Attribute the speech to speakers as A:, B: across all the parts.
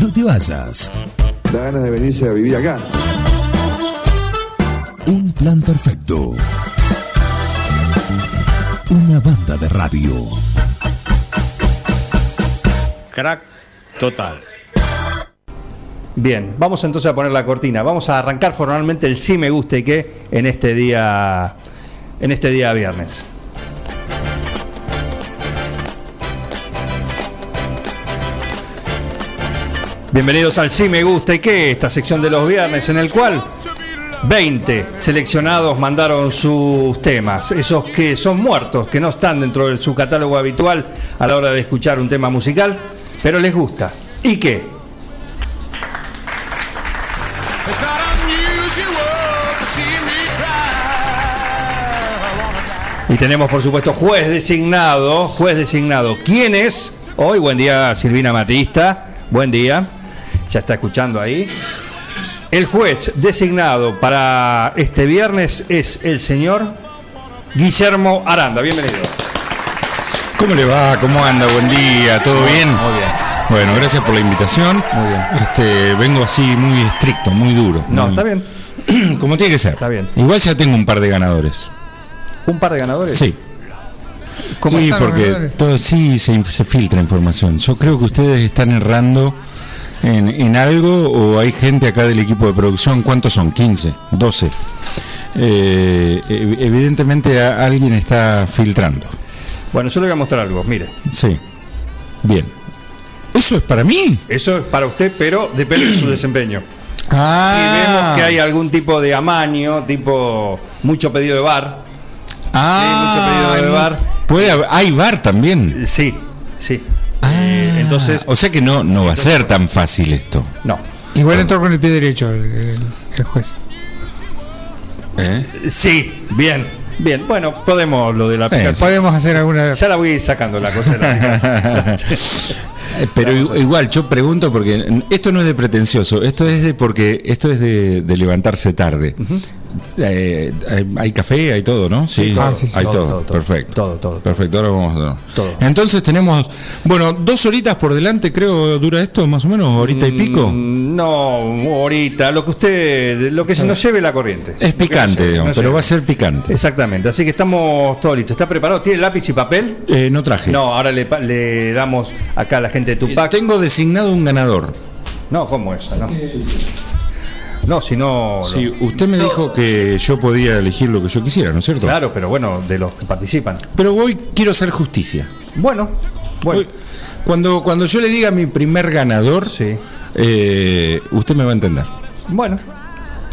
A: No te vayas.
B: Da ganas de venirse a vivir acá.
A: Un plan perfecto. Una banda de radio.
C: Crack total.
D: Bien, vamos entonces a poner la cortina. Vamos a arrancar formalmente el sí me gusta y qué en este día en este día viernes. Bienvenidos al sí me gusta y qué, esta sección de los viernes en el cual 20 seleccionados mandaron sus temas, esos que son muertos, que no están dentro de su catálogo habitual a la hora de escuchar un tema musical, pero les gusta. ¿Y qué?
E: It's not unusual to see me cry.
D: Y tenemos, por supuesto, juez designado. Juez designado. ¿Quién es? Hoy, buen día, Silvina Matista. Buen día. Ya está escuchando ahí. El juez designado para este viernes es el señor Guillermo Aranda. Bienvenido.
F: ¿Cómo le va? ¿Cómo anda? Buen día, ¿todo bien?
D: muy bien.
F: Bueno, gracias por la invitación. Muy bien. Este, vengo así muy estricto, muy duro.
D: No,
F: muy-
D: está bien.
F: Como tiene que ser.
D: Está bien.
F: Igual ya tengo un par de ganadores.
D: Un par de ganadores.
F: Sí.
D: ¿Cómo
F: sí,
D: están los
F: porque
D: ganadores?
F: todo sí se, inf- se filtra información. Yo creo que ustedes están errando en, en algo o hay gente acá del equipo de producción. ¿Cuántos son? ¿15? ¿12? Eh, ev- evidentemente a- alguien está filtrando.
D: Bueno, yo le voy a mostrar algo. Mire,
F: Sí. Bien. ¿Eso es para mí?
D: eso es para usted, pero depende de su desempeño. Si
F: Ah,
D: vemos que hay algún tipo de amaño, tipo mucho pedido de bar.
F: ah,
D: mucho pedido de bar.
F: Puede haber- hay bar también.
D: Sí, sí. Eh, entonces,
F: Ah, o sea que no, no va a ser tan fácil esto.
D: no.
G: Igual entró con el pie derecho el, el- el juez.
F: ¿eh?
D: Sí, bien, bien. Bueno, podemos lo de la
F: Sí,
D: pica-
F: sí.
G: Podemos hacer alguna.
D: Ya la voy sacando la cosa de la picaza.
F: Eh, Pero i- igual, yo pregunto porque n- esto no es de pretencioso, esto es de porque esto es de, de levantarse tarde. Eh, hay, hay café, hay todo, ¿no? Sí,
G: todo. Ah, sí, sí,
F: hay
D: todo,
F: todo,
D: todo, todo.
F: perfecto.
D: Todo, todo.
F: Perfecto, ahora vamos a
D: Todo.
F: Entonces tenemos, bueno, dos horitas por delante, creo, dura esto más o menos, horita y pico.
D: Mm, No, ahorita, lo que usted, lo que se nos lleve la corriente.
F: Es
D: Lo que nos
F: picante,
D: lleve,
F: digamos,
D: nos
F: pero
D: lleve.
F: va a ser picante.
D: Exactamente, así que estamos todos listos. ¿Está preparado? ¿Tiene lápiz y papel?
F: Eh, no traje.
D: No, ahora le, pa- le damos acá a la gente de Tupac.
F: Tengo designado un ganador.
D: No, ¿cómo esa? No, no si no. no.
F: Sí, usted me dijo que yo podía elegir lo que yo quisiera, ¿no es cierto?
D: Claro, pero bueno, de los que participan.
F: Pero hoy quiero hacer justicia.
D: Bueno, bueno.
F: Hoy- cuando, cuando yo le diga mi primer ganador,
D: Sí.
F: eh, usted me va a entender.
D: Bueno,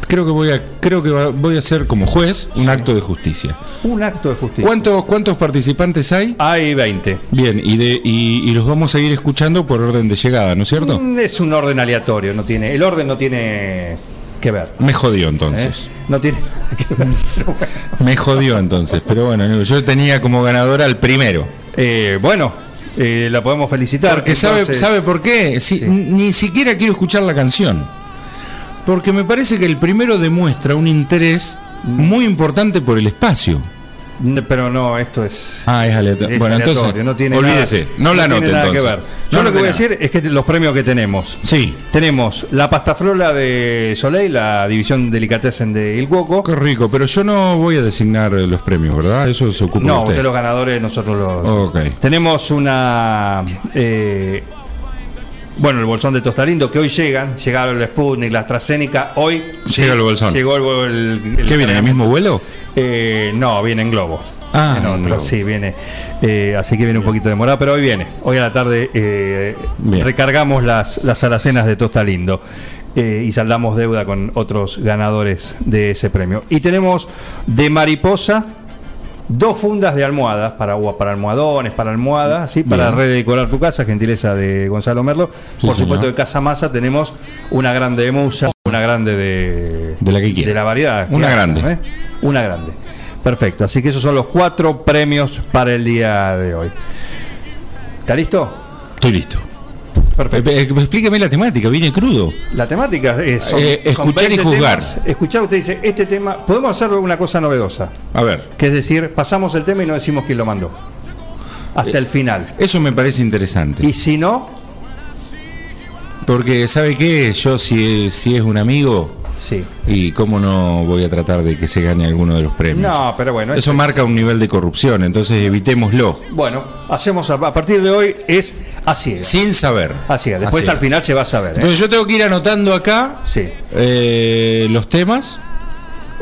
F: Creo que voy a, creo que va- voy a hacer como juez un acto de justicia.
D: un acto de justicia.
F: ¿Cuántos, cuántos participantes hay?
D: Hay 20.
F: Bien, y, de, y, y los vamos a ir escuchando por orden de llegada, ¿no es cierto?
D: Mm, Es un orden aleatorio, no tiene, el orden no tiene que ver.
F: Me jodió
D: ¿eh?
F: entonces.
D: No tiene nada que ver. pero bueno.
F: Me jodió entonces. Pero bueno, yo tenía como ganador al primero.
D: Eh, bueno, eh, la podemos felicitar.
F: Porque sabe,
D: entonces-
F: sabe por qué. Si- Ni siquiera quiero escuchar la canción. Porque me parece que el primero demuestra un interés muy importante por el espacio.
D: N- Pero no, esto es.
F: Ah, es aleatorio.
D: es
F: Bueno,
D: aleatorio,
F: entonces,
D: no tiene
F: olvídese,
D: nada-
F: no la
D: tiene
F: anote,
D: nada que
F: entonces.
D: ver.
F: No
D: Yo lo
F: anote
D: que voy a
F: nada.
D: decir es que los premios que tenemos.
F: Sí.
D: Tenemos la pastafrola de Soleil, la división delicatessen de Il Cuoco.
F: Qué rico, pero yo no voy a designar eh, los premios, ¿verdad? Eso se ocupa
D: No,
F: usted.
D: de los ganadores nosotros los...
F: Ok.
D: Tenemos una... eh, bueno, el bolsón de Tostalindo, que hoy llegan. Llegaron el Sputnik, la AstraZeneca. Hoy...
F: Llega el bolsón.
D: Llegó el... el- el-
F: ¿Qué viene, en el mismo vuelo?
D: Eh, no, viene en globo.
F: Ah,
D: En otro,
F: en globo.
D: sí, viene. Eh, así que viene un poquito demorado, pero hoy viene. Hoy a la tarde eh,
F: Bien.
D: recargamos las, las alacenas de Tosta Lindo eh, y saldamos deuda con otros ganadores de ese premio. Y tenemos de mariposa dos fundas de almohadas para, agua- para almohadones, para almohadas, ¿sí? para
F: Bien.
D: redecorar tu casa, gentileza de Gonzalo Merlo.
F: Sí,
D: Por supuesto, de
F: señor.
D: Casa Masa tenemos una grande de Musa, una grande de,
F: De la que quiera.
D: de la variedad.
F: Una grande.
D: ¿eh? Una grande. Perfecto. Así que esos son los cuatro premios para el día de hoy. ¿Está listo?
F: Estoy listo.
D: Perfecto.
F: Eh, eh, Explíqueme la temática, viene crudo.
D: La temática es son-
F: Eh,
D: son
F: escuchar y
D: 20
F: juzgar.
D: temas. Escuchar, usted dice, este tema, podemos hacerlo una cosa novedosa,
F: A ver,
D: que es decir, pasamos el tema y no decimos quién lo mandó. Hasta el final.
F: eso me parece interesante.
D: Y si no,
F: Porque, ¿sabe qué? Yo, si, si es un amigo,
D: Sí.
F: y cómo no voy a tratar de que se gane alguno de los premios.
D: No, pero bueno, este
F: Eso
D: es-
F: marca un nivel de corrupción, entonces evitémoslo.
D: Bueno, hacemos a, a partir de hoy es así. es.
F: Sin saber.
D: Así es. Después
F: Así
D: al
F: es.
D: final se va a saber. ¿eh?
F: Entonces yo tengo que ir anotando acá
D: Sí.
F: eh, los temas.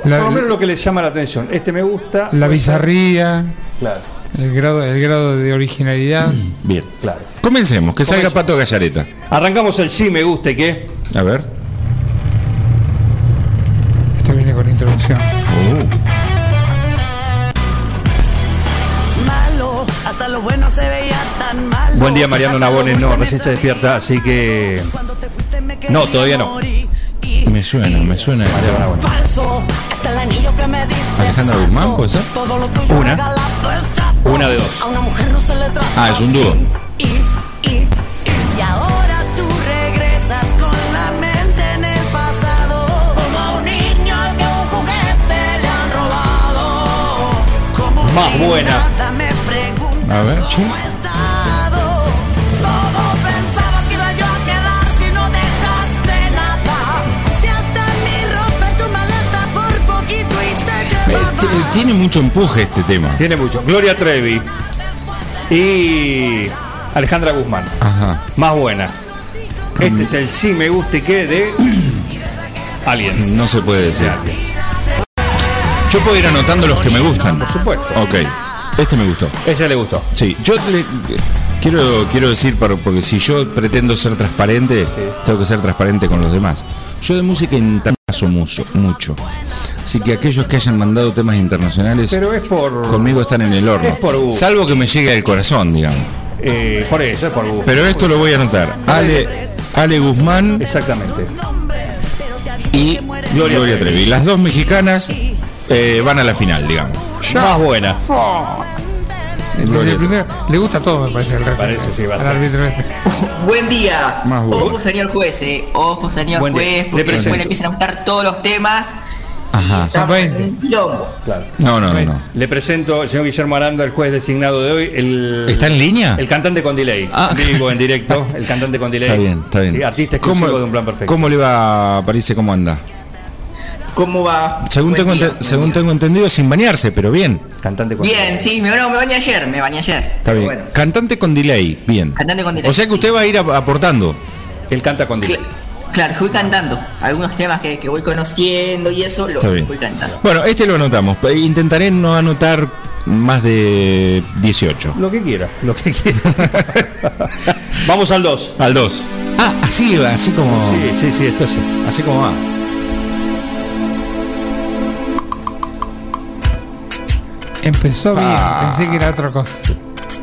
G: La,
D: Por lo menos lo que les llama la atención. Este me gusta. o
G: la
D: este-
G: bizarría,
D: Claro,
G: el grado, el grado de originalidad.
F: Bien.
D: claro.
F: Comencemos, que salga
D: Comencemos.
F: Pato Gallareta.
D: Arrancamos el sí me gusta y qué.
F: A ver.
G: Esto Este viene con introducción.
H: malo, hasta lo bueno se veía tan malo.
D: Buen día, Mariano Navones. No, recién se despierta, así que- No, todavía no. Ah,
F: Me suena, me suena.
H: Falso, hasta el anillo que me diste.
F: Alejandra
H: es falso.
F: Guzmán, ¿puede ser?
H: Todo lo tuyo
D: Una.
H: regalado es trapo.
D: Una de dos.
H: A una mujer no se le trata
F: Ah, es un
H: así.
F: dúo.
H: Y, y, y, y ahora tú regresas con la mente en el pasado. Como a un niño al que un juguete le han robado. Como
D: Más
H: si
D: buena.
H: nada me preguntas
F: A ver,
H: cómo
F: sí.
H: he estado. Todo pensabas que iba yo a quedar si no dejaste nada. Si hasta mi ropa en tu maleta por poquito y te
F: Eh, t-
H: llevaba.
F: tiene mucho empuje este tema.
D: Tiene mucho. Gloria Trevi y Alejandra Guzmán.
F: Ajá.
D: Más buena. Este es el sí me gusta y qué de alguien.
F: No se puede decir. Yo puedo ir anotando los que me gustan. Por
D: supuesto.
F: Ok. Este me gustó.
D: Ella le gustó.
F: Sí, yo le- quiero, quiero decir, para- porque si yo pretendo ser transparente, tengo que ser transparente con los demás. Yo de música internazo mucho, mucho. Así que aquellos que hayan mandado temas internacionales
D: Pero es por.
F: conmigo están en el horno.
D: es por gusto.
F: Salvo que me llegue al corazón, digamos.
D: eh, por eso, es por gusto.
F: Pero esto lo voy a anotar. Ale, Ale Guzmán
D: Exactamente.
F: y Gloria,
D: Gloria
F: Trevi. Las dos mexicanas eh, van a la final, digamos.
D: Más buena.
G: Desde el primero, le gusta todo, me parece, al resto.
D: Parece, sí, va a
G: al
D: ser.
G: árbitro este.
I: Buen día.
F: Más bueno.
I: Ojo, señor juez, eh. Ojo, señor
D: Buen día.
I: juez,
D: Le
I: porque
D: presento.
I: después le empiezan a gustar todos los temas.
F: Ajá.
G: Son 20.
I: Quilombo.
D: Claro.
F: No, no, no, no.
D: Le presento al señor Guillermo Aranda, el juez designado de hoy. El,
F: ¿Está en línea?
D: El cantante con delay.
F: Ah.
D: Digo en directo, el cantante con delay.
F: Está bien, está bien.
D: Sí, artista exclusivo de un plan perfecto.
F: ¿Cómo le va, parece cómo anda?
I: ¿Cómo va?
F: Según,
I: Buen
F: tengo,
I: día,
F: ente-
I: buen
F: según
I: día.
F: tengo entendido, sin bañarse, pero bien.
D: Cantante con
I: Bien,
D: delay.
I: sí, me, no, me bañé ayer, me bañé ayer.
F: Está bien. Cantante con delay, bien.
I: Cantante con delay,
F: O sea que
I: sí.
F: usted va a ir ap- aportando.
D: Él canta con delay.
I: Cla- claro, fui cantando. Algunos temas que, que voy conociendo y eso, lo
F: Está bien.
I: fui cantando.
F: Bueno, este lo anotamos. Pe- Intentaré no anotar más de 18.
D: Lo que quiera, lo que quiera. Vamos al 2.
F: Al 2. Ah, así va, así como.
D: Sí, sí, sí, esto sí.
F: Así como va.
G: Empezó bien,
F: Ah.
G: pensé que era otra cosa.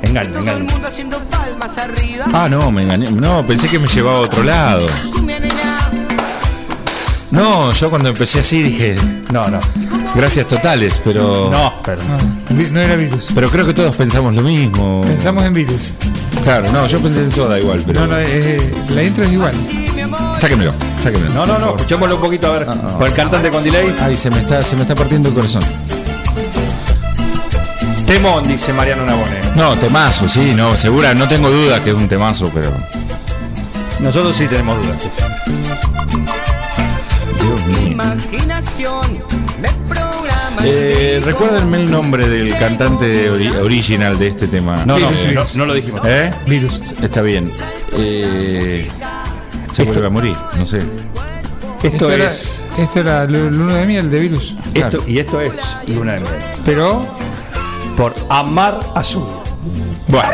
D: Engaño, engaño.
H: haciendo palmas arriba.
F: Ah, no, me engañé. No, pensé que me llevaba a otro lado. No, yo cuando empecé así dije,
D: No, no.
F: gracias totales, pero.
D: No, pero.
G: No, vi- no era virus.
F: Pero creo que todos pensamos lo mismo.
G: Pensamos en virus.
F: Claro, no, yo pensé en soda igual, pero.
G: No, no, eh, la intro es igual.
F: Sáquenmelo, sáquenmelo.
D: No, no, no. Escuchémoslo un poquito a ver.
F: Ah,
D: Por el cantante con delay.
F: Ay, se me está, se me está partiendo el corazón.
D: Temón, dice Mariano Nabone.
F: No, temazo, sí, no, segura, no tengo duda que es un temazo, pero.
D: Nosotros sí tenemos dudas.
F: Dios mío.
H: Imaginación, me programa.
F: Eh, recuérdenme el nombre del cantante ori- original de este tema.
D: No, no,
G: Virus,
D: eh, no,
G: virus.
D: no lo dijimos.
F: ¿Eh?
G: Virus.
F: Está bien. Eh, se vuelve a morir, no sé.
D: Esto
G: era,
D: es.
G: Esto era lu- luna de miel de virus.
D: Esto, y esto es Luna de Miel.
G: Pero
D: Por Amar Azul.
F: Bueno.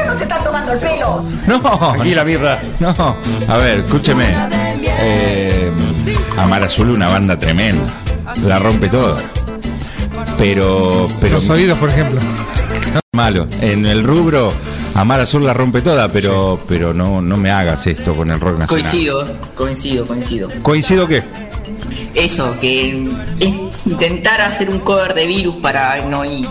F: No,
D: Aquí la mirra.
F: no. A ver, escúcheme. Eh, Amar Azul, una banda tremenda. La rompe todo. Pero, pero
G: los oídos, por ejemplo.
F: malo. En el rubro, Amar Azul la rompe toda, pero, pero no, no me hagas esto con el rock nacional.
I: Coincido, coincido, coincido.
D: ¿Coincido qué?
I: Eso, que es intentar hacer un cover de virus para no ir.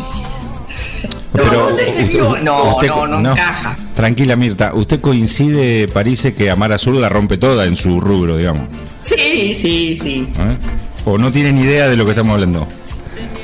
I: No,
F: Pero
I: no, sé.
F: usted-
I: no,
F: usted-
I: no, no encaja.
F: Tranquila, Mirta. Usted coincide, parece que Amar Azul la rompe toda en su rubro, digamos.
I: Sí, sí, sí.
F: ¿eh? O no tienen idea de lo que estamos hablando.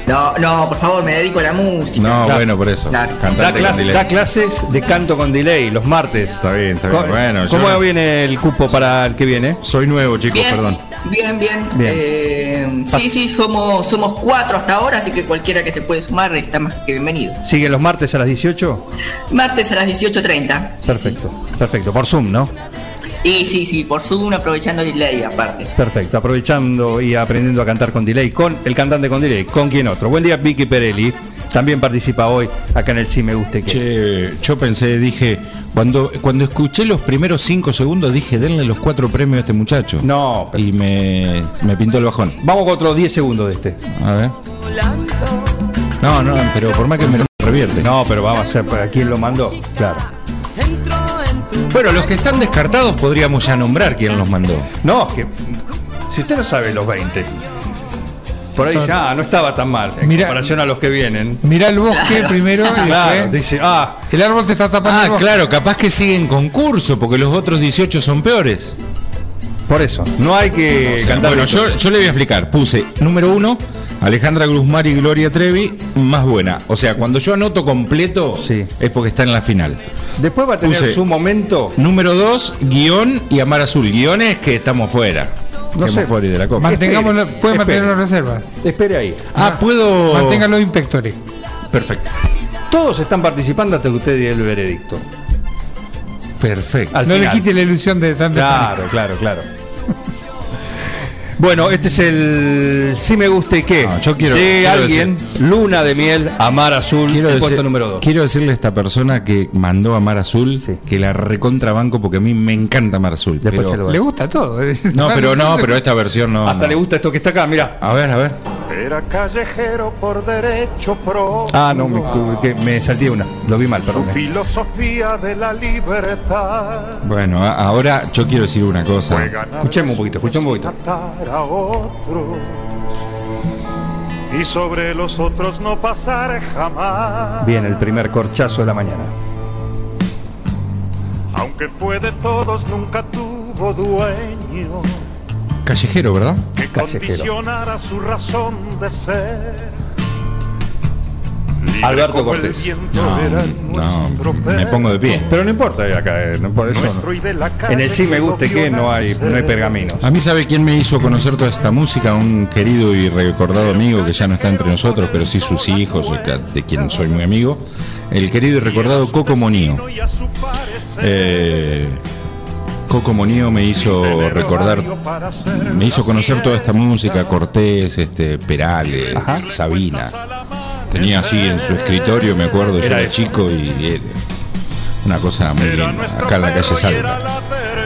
I: No, no, por favor, me dedico a la música.
F: No,
D: Claro.
F: bueno, por eso.
I: Claro.
F: Cantante
D: Da,
F: con
D: clase-
F: delay.
D: da clases de canto con delay los martes.
F: Está bien, está bien.
D: Co-
F: Bueno,
D: ¿Cómo
F: yo-
D: viene el cupo para el que viene?
F: Soy nuevo, chicos,
I: Bien,
F: Oh, perdón.
I: bien, bien.
D: Bien.
I: Eh, sí, sí, somos, somos cuatro hasta ahora, así que cualquiera que se puede sumar está más que bienvenido.
D: ¿Siguen los martes a las 18?
I: Martes a las 18.30. Sí,
D: Perfecto, perfecto. Por Zoom, ¿no?
I: sí. Y sí, sí, por Zoom, aprovechando el delay aparte.
D: Perfecto, aprovechando y aprendiendo a cantar con delay, con el cantante con delay, con quién otro. Buen día, Vicky Perelli. También participa hoy acá en el Sí Me Guste Que.
F: Che, yo pensé, dije, cuando, cuando escuché los primeros cinco segundos, dije, denle los cuatro premios a este muchacho.
D: No, pero-
F: Y me, me pintó el bajón.
D: Vamos con otros 10 segundos de este.
F: A ver. No, no, pero por más que me lo revierte.
D: No, pero vamos a hacer para quién lo mandó. Claro.
F: Bueno, los que están descartados podríamos ya nombrar quién los mandó.
D: No, es que si usted no sabe los 20. Por ahí dice, ah, no estaba tan mal en
G: Mirá-
D: comparación a los que vienen.
G: Mirá el bosque primero y
D: Claro,
G: después-
D: dice, ah,
G: El árbol te está tapando. el
F: Ah,
G: bosque.
F: claro, capaz que siguen concurso, porque los otros 18 son peores.
D: por eso. No hay que
F: O sea,
D: cantar.
F: bueno,
D: esto.
F: yo, yo le voy a explicar. Puse número uno, Alejandra Guzmán y Gloria Trevi, más buena. O sea, cuando yo anoto completo,
D: Sí.
F: es porque está en la final.
D: Después va a tener
F: puse-
D: su momento.
F: Número dos, guión y Amar Azul. Guiones que estamos fuera.
D: No
F: Estamos
D: sé.
F: fuera de la copa.
G: Mantengamos la-
D: Espere,
G: puede mantener
D: espere.
G: las reservas.
D: Espere ahí.
F: Ah, puedo.
G: Mantengan los inspectores.
F: Perfecto.
D: Todos están participando hasta que usted dé el veredicto.
F: Perfecto.
D: Al
G: no
D: final.
G: le quite la ilusión de tanto.
D: Claro, claro, claro. Bueno, este es el Si me guste qué.
F: No, yo quiero-
D: de
F: quiero
D: alguien, Luna de Miel, Amar Azul,
F: Quiero,
D: el
F: decir-
D: puesto número 2.
F: quiero decirle a esta persona que mandó a Mar Azul
D: Sí.
F: que la recontrabanco porque a mí me encanta Mar Azul.
D: Después
F: pero-
D: se lo-
G: Le gusta todo.
F: No, pero no, pero esta versión no.
D: Ah, Hasta
F: no.
D: le gusta esto que está acá, mira.
F: A ver, a ver.
E: Era callejero por derecho pro.
D: Ah, no, me, que me salté una. Lo vi mal, perdón. eh.
E: Filosofía de la libertad.
F: Bueno, a- ahora yo quiero decir una cosa.
D: Escuchemos un poquito, escuchemos un poquito.
E: Matar a otros. Y sobre los otros no pasar jamás.
D: Bien, el primer corchazo de la mañana.
E: Aunque fue de todos, nunca tuvo dueño.
F: Callejero, ¿verdad?
E: que
D: Callejero.
E: condicionara su razón de ser. Libre
D: Alberto
E: como el
D: Cortés.
E: viento era
F: No, no,
E: nuestro
F: me
E: pez,
F: pongo de pie.
D: Pero no importa eh, acá, eh, no, por eso
E: nuestro y
D: no.
E: de la
D: En
E: calle
D: el sí me guste
E: vio
D: que no hay,
E: nacer.
D: no hay pergaminos.
F: A mí sabe quién me hizo conocer toda esta música, un querido y recordado amigo que ya no está entre nosotros, pero sí sus hijos, de quien soy muy amigo, el querido y recordado Coco Monío.
E: Y a su parecer,
F: Eh, Coco Monío me hizo recordar,
E: para ser
F: me hizo conocer toda esta música, Cortés, este, Perales, Sabina. Tenía así en su escritorio, me acuerdo, yo
D: Era
F: era
D: eso.
F: chico y era una cosa muy linda, acá en la calle Salta.
E: la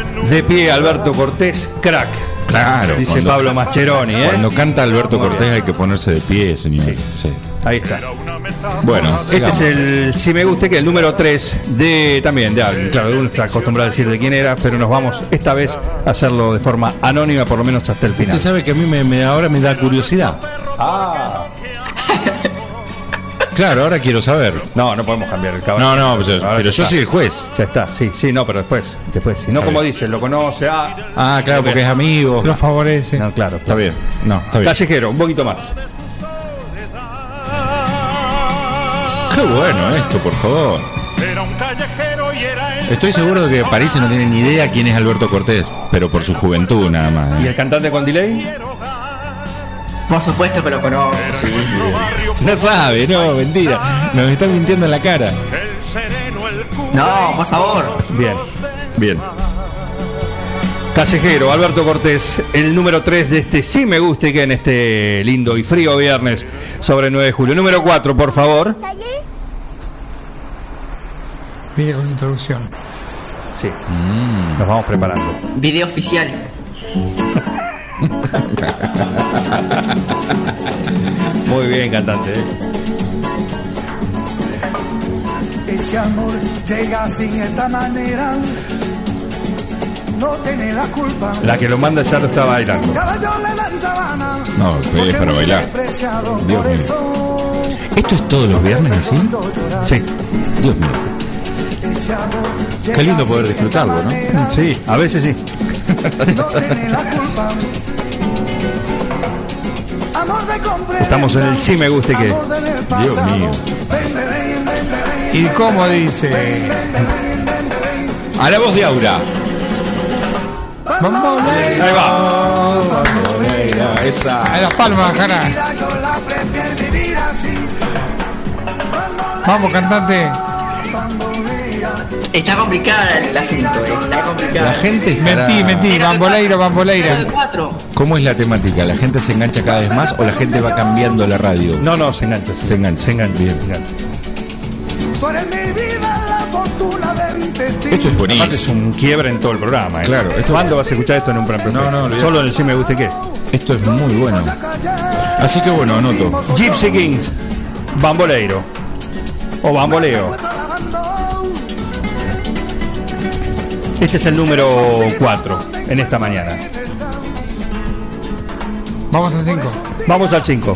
E: ternura.
D: De pie, Alberto Cortés, crack.
F: Claro,
D: Dice
F: cuando-
D: Pablo Mascheroni, ¿eh?
F: Cuando canta Alberto Cortés hay que ponerse de pie, señor. Sí.
D: Ahí está.
F: Bueno,
D: Este
F: sigamos.
D: es el si me guste que el número 3 de también de alguien. Claro, uno está acostumbrado a decir de quién era, pero nos vamos esta vez a hacerlo de forma anónima, por lo menos hasta el final.
F: Usted sabe que a mí me, me- ahora me da curiosidad.
D: Ah.
F: Claro, ahora quiero saber.
D: No, no podemos cambiar el caballo.
F: No, no, pero, yo-
D: Ahora
F: pero
D: ya
F: yo
D: está.
F: soy el juez.
D: Ya está, sí, sí, no, pero después, después. Si no,
F: Está
D: como
F: bien.
D: dice, lo conoce, ah,
F: Ah, claro, porque es amigo.
G: Lo favorece.
D: No, claro.
F: Está bien. No, está bien.
D: Callejero, un poquito más.
F: Qué bueno esto, por favor.
E: Era un callejero y era el
F: Estoy seguro de que París no tiene ni idea quién es Alberto Cortés, pero por su juventud nada más.
D: ¿Y
F: ¿eh?
D: el cantante con delay?
I: Por supuesto que lo conozco. sí.
F: No sabe, no, mentira. Nos está mintiendo en la cara.
E: sereno, el cura.
I: No, por favor.
D: Bien.
F: Bien.
D: Callejero, Alberto Cortés, el número 3 de este Sí Me Guste, que en este lindo y frío viernes sobre 9 de julio. Número 4, por favor.
G: Mira con introducción.
D: Sí.
F: Mm.
D: Nos vamos preparando.
I: Video oficial.
D: Muy bien, cantante. ¿eh?
J: Ese amor llega sin esta manera. No tiene la culpa.
D: La que lo manda ya lo está bailando.
J: Caballo le dan sabana.
F: No, pero es para bailar. Dios mío. ¿Esto es todos los viernes así?
D: Sí.
F: Dios mío. Qué lindo poder disfrutarlo, ¿no?
D: Sí, a veces sí.
J: No tiene la culpa. Amor de compra.
D: Estamos en el sí me guste que.
F: Dios mío.
G: ¿Y cómo dice?
F: A la voz de Aura.
G: Vamos
D: Ahí va.
G: a
F: Esa.
G: las palmas, Jara.
J: Yo la prefiero vivir así.
G: Vamos, cantante.
I: Está complicada el asunto, eh. Está
F: La
I: complicada.
F: gente estará-
G: Mentí, mentí. Bamboleiro,
I: Pero de
G: bamboleiro.
I: cuatro.
F: ¿Cómo es la temática? ¿La gente se engancha cada vez más o la gente va cambiando la radio?
D: No, no, se engancha.
F: Se engancha.
D: Se engancha. se engancha.
J: Tú eres mi vida, la fortuna de mi destino.
F: Esto es
D: Aparte es
F: buenísimo.
D: un quiebre en todo el programa. ¿eh?
F: Claro, esto-
D: ¿Cuándo vas a escuchar esto en un plan perfecto?
F: No, no, olvidate.
D: Solo en el sí me guste qué.
F: Esto es muy bueno. Así que bueno, anoto.
D: Gypsy Kings, Bamboleiro. O Bamboleo. Este es el número 4 en esta mañana.
G: Vamos a cinco.
D: Vamos al 5.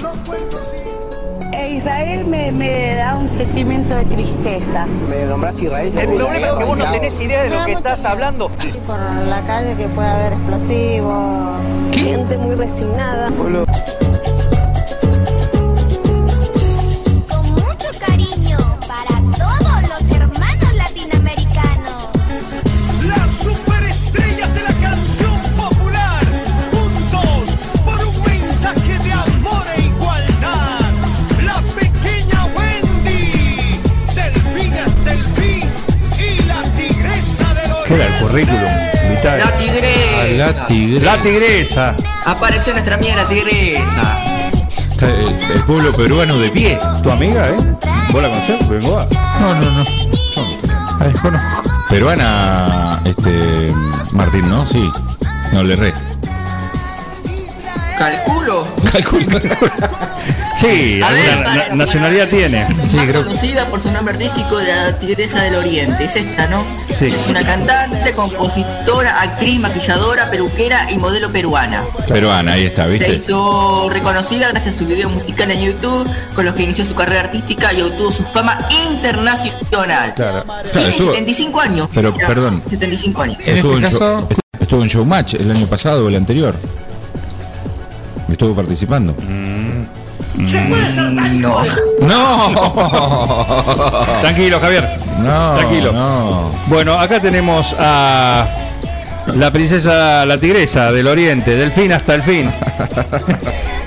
K: E Israel me, me da un sentimiento de tristeza.
L: El problema es que vos no tenés idea de lo que estás hablando.
K: Por la calle que puede haber explosivos, gente muy resignada.
M: Con mucho cariño para todos los hermanos latinoamericanos.
J: Las superestrellas de la canción popular, juntos por un mensaje de amor e igualdad. La pequeña Wendy, Delfinas Delfín y la tigresa de los.
D: Queda el currículum. Mitad.
I: La
F: La
I: tigresa.
F: tigresa.
D: La tigresa.
I: Apareció nuestra amiga la tigresa.
F: El, el pueblo peruano de pie.
D: Tu amiga, ¿eh? ¿Vos la conocés? Vengo a.
G: No, no, no. La desconozco.
F: Peruana, este. Martín, ¿no? Sí. No le re.
I: Calculo.
D: Sí,
I: A ver,
D: alguna
I: para-
D: na- nacionalidad tiene.
F: Sí,
I: más
F: creo-
I: conocida por su nombre artístico de la Tigresa del Oriente, es esta, ¿no?
D: Sí.
I: Es una cantante, compositora, actriz, maquilladora, peluquera y modelo peruana.
F: Peruana, ahí está,
I: Se
F: ¿viste?
I: hizo reconocida gracias a su video musical en YouTube, con los que inició su carrera artística y obtuvo su fama internacional.
D: Claro.
F: Claro,
I: Tiene
F: estuvo-
I: 75 años.
F: Pero,
I: Mira,
F: perdón.
I: 75 años.
G: En
F: Estuvo
G: este
F: en,
G: caso-
F: show, estuvo en Showmatch el año pasado o el anterior. Estuvo participando. No.
D: Tranquilo, Javier.
F: No.
D: Tranquilo.
F: No.
D: Bueno, acá tenemos a la princesa, la tigresa del oriente, del fin hasta el fin.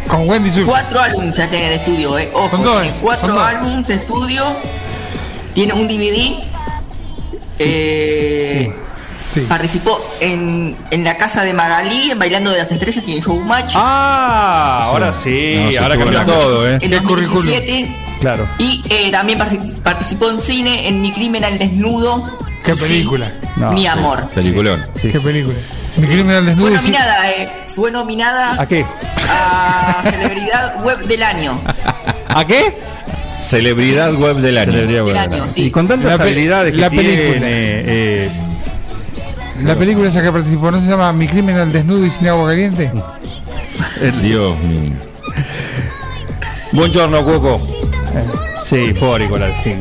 G: Con Wendy Su.
I: Cuatro álbumes ya tiene en estudio, eh. Ojo,
G: Son dos,
I: tiene
G: son
I: cuatro
G: dos.
I: álbumes de estudio. Tiene un DVD. Eh,
G: Sí.
I: Participó en, en la casa de Magalí, en Bailando de las Estrellas y en Showmatch.
D: Ah, ahora sí,
F: No, se
D: ahora
F: estuvo
D: cambió
F: en la-
D: todo, ¿eh?
I: En
G: Qué
I: 2017.
D: Claro.
I: Y eh, también partic- participó en cine, en Mi Crimen al Desnudo.
G: Qué
I: Sí,
G: película.
D: No,
I: mi
D: sí.
I: amor.
F: Peliculón.
G: Qué película. Mi crimen al desnudo.
I: Fue
G: sí.
I: nominada, eh. Fue nominada
D: ¿A qué? Ah,
I: a Celebridad Web del Año.
D: ¿A qué?
F: Celebridad web del año.
D: Celebridad
I: Del
D: Guadalajara.
I: año, sí.
D: Y con tantas
G: La pe-
D: habilidades que
G: la
D: tiene,
G: película.
D: eh,
G: La película esa que participó, ¿no se llama Mi crimen al desnudo y sin agua caliente?
F: Dios mío.
D: Buongiorno, Cuoco. Eh, Sí, fórico la sí.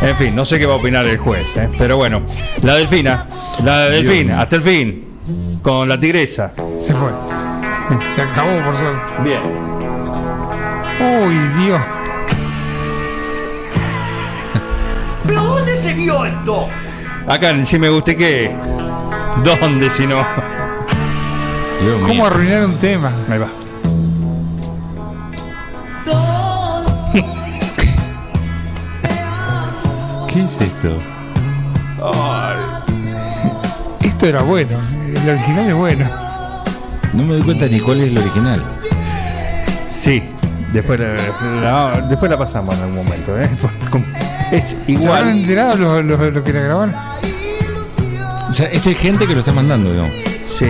D: En fin, no sé qué va a opinar el juez, eh, pero bueno. La delfina, la delfina, hasta el fin, con la tigresa.
G: Se fue. Se acabó, por suerte.
D: Bien.
G: Uy, Dios.
L: ¿Pero dónde se vio esto?
D: Acá en si me guste que. ¿Dónde si no?
F: Dios mío.
G: ¿Cómo arruinar un tema?
D: Ahí va.
F: ¿Qué es esto?
G: Esto era bueno. El original es bueno.
F: No me doy cuenta ni cuál es el original.
D: Sí, después la, la- después la pasamos en algún momento. ¿eh? Es
G: ¿Se habrán
D: igual.
G: enterado los, los- los que la grabaron?
F: O sea, esto es gente que lo está mandando, ¿no?
D: Sí.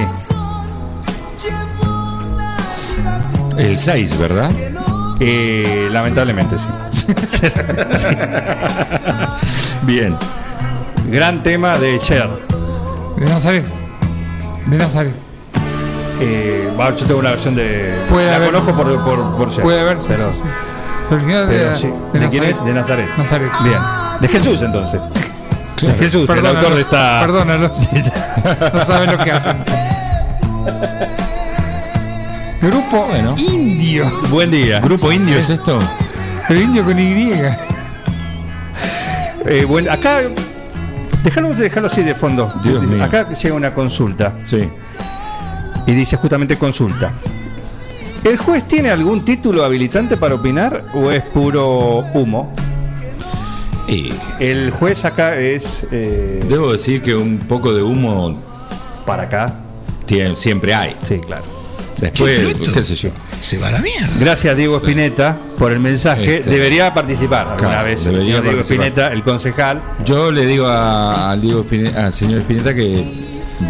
F: El 6, ¿verdad?
D: Eh, lamentablemente, sí.
F: Bien.
D: Gran tema de Cher.
G: De Nazaret. De Nazaret.
D: Eh, va, yo tengo una versión de.
G: Puede
D: la
G: haber-
D: conozco por, por, por Cher.
G: Puede haberse.
D: Pero,
G: sí, sí, sí. El original de,
D: pero
G: de
D: sí. ¿De,
G: Nazaret.
D: quién es? De Nazaret.
G: Nazaret.
D: Bien. De Jesús, entonces. De Jesús, el autor de esta.
G: Perdónalos. no saben lo que hacen. Grupo Indio.
D: Buen día.
F: ¿Grupo Indio es esto?
G: Pero Indio con Y.
D: Eh, bueno, acá, déjalo, déjalo así de fondo.
F: Dios mío.
D: Acá llega una consulta.
F: Sí.
D: Y dice justamente consulta. ¿El juez tiene algún título habilitante para opinar o es puro humo?
F: Eh,
D: El juez acá es... eh,
F: Debo decir que un poco de humo
D: para acá
F: siempre hay.
D: Sí, claro.
F: Después, qué sé yo.
N: Se va la mierda.
D: Gracias Diego Espineta por el mensaje.
F: Este-
D: debería participar alguna
F: Claro,
D: vez. el
F: debería
D: señor Diego
F: participar.
D: Espineta, el concejal.
F: Yo le digo a, al Diego Espine- al señor Espineta que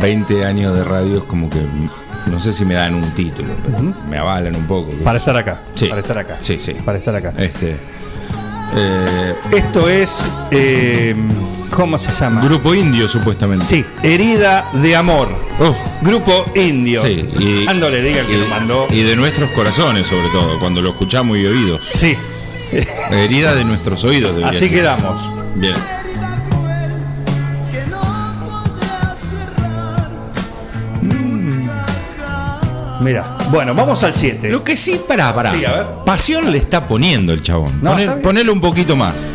F: 20 años de radio es como que mm, no sé si me dan un título, pero me avalan un poco.
D: Para estar acá,
F: Para estar acá. Sí, sí.
D: Para estar acá.
F: Este.
D: Esto es. eh, ¿Cómo se llama?
F: Grupo Indio, supuestamente. Oh,
D: Sí, herida de amor. Grupo Indio.
F: Sí, y-
D: Dándole, diga el que
F: y-
D: lo mandó.
F: Y de nuestros corazones, sobre todo, cuando lo escuchamos y oídos.
D: Sí.
F: Herida de nuestros oídos. debería
D: Así
F: ser.
D: quedamos.
F: Bien.
D: Mira, bueno, vamos al 7.
F: Lo que sí, pará, pará.
D: Sí, a ver.
F: Pasión le está poniendo el chabón.
D: No,
F: Poner-
D: está bien.
F: ponele un poquito más.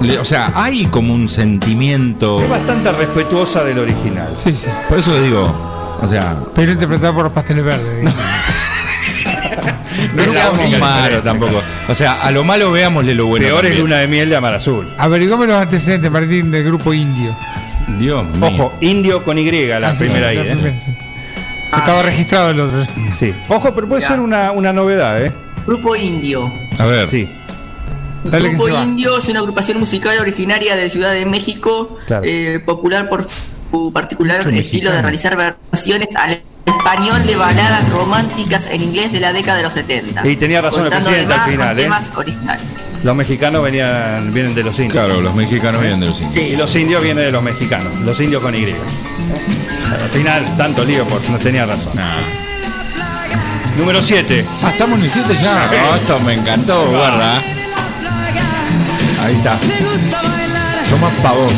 F: Le- o sea, hay como un sentimiento.
D: Es bastante respetuosa del original.
G: Sí, sí.
F: Por eso digo, o sea,
G: Pero interpretado por los pasteles verdes.
F: no
G: Es la
F: seamos
G: única
F: malos
G: diferencia,
F: tampoco. O sea, a lo malo veámosle lo bueno.
D: Peor es
F: también.
D: luna de miel de Amar Azul.
G: Averigóme los antecedentes, Martín, del grupo indio.
F: Dios mío.
D: Ojo, Indio con Y, la
G: Ah, sí,
D: primera
G: la
D: I. ¿eh?
G: primera, sí. Estaba registrado el otro.
D: Sí. Ojo, pero puede ser una, una novedad, ¿eh?
I: Grupo Indio.
F: A ver.
D: Sí.
G: Dale que
I: Grupo
G: se va.
I: Indio es una agrupación musical originaria de Ciudad de México,
G: Claro.
I: eh, popular por su particular
G: Mucho
I: estilo de realizar versiones al español de baladas románticas en inglés de la década de los 70.
D: Y tenía razón el
I: contando
D: presidente al
I: además con
D: final, ¿eh?
I: temas originales.
D: Los mexicanos venían, vienen de los indios.
F: Claro, los mexicanos vienen de los indios.
D: Y los indios vienen de los mexicanos. Los indios con Y. Al final, tanto lío, porque no tenía razón. Número 7.
F: Ah, estamos en el 7 ya.
D: Sí.
F: Ah, esto me encantó, guarda. Ahí está. Toma pavón.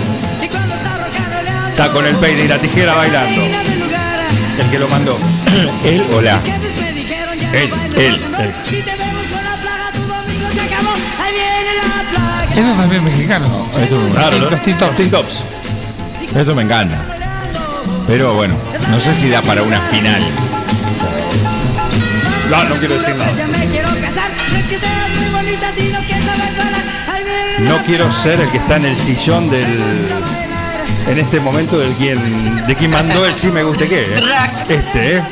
D: Está con el peine y la tijera bailando. El que lo mandó.
F: Él o la.
D: Él, él, él.
G: Esos también mexicanos.
F: Esto,
D: Claro, ¿no?
G: Los tintos.
D: Tops.
F: esto me encanta. Pero bueno, no sé si da para una final.
D: No, no quiero decir nada. No quiero ser el que está en el sillón del. En este momento del quien. De quien mandó el sí me guste qué. ¿eh? Este, ¿eh?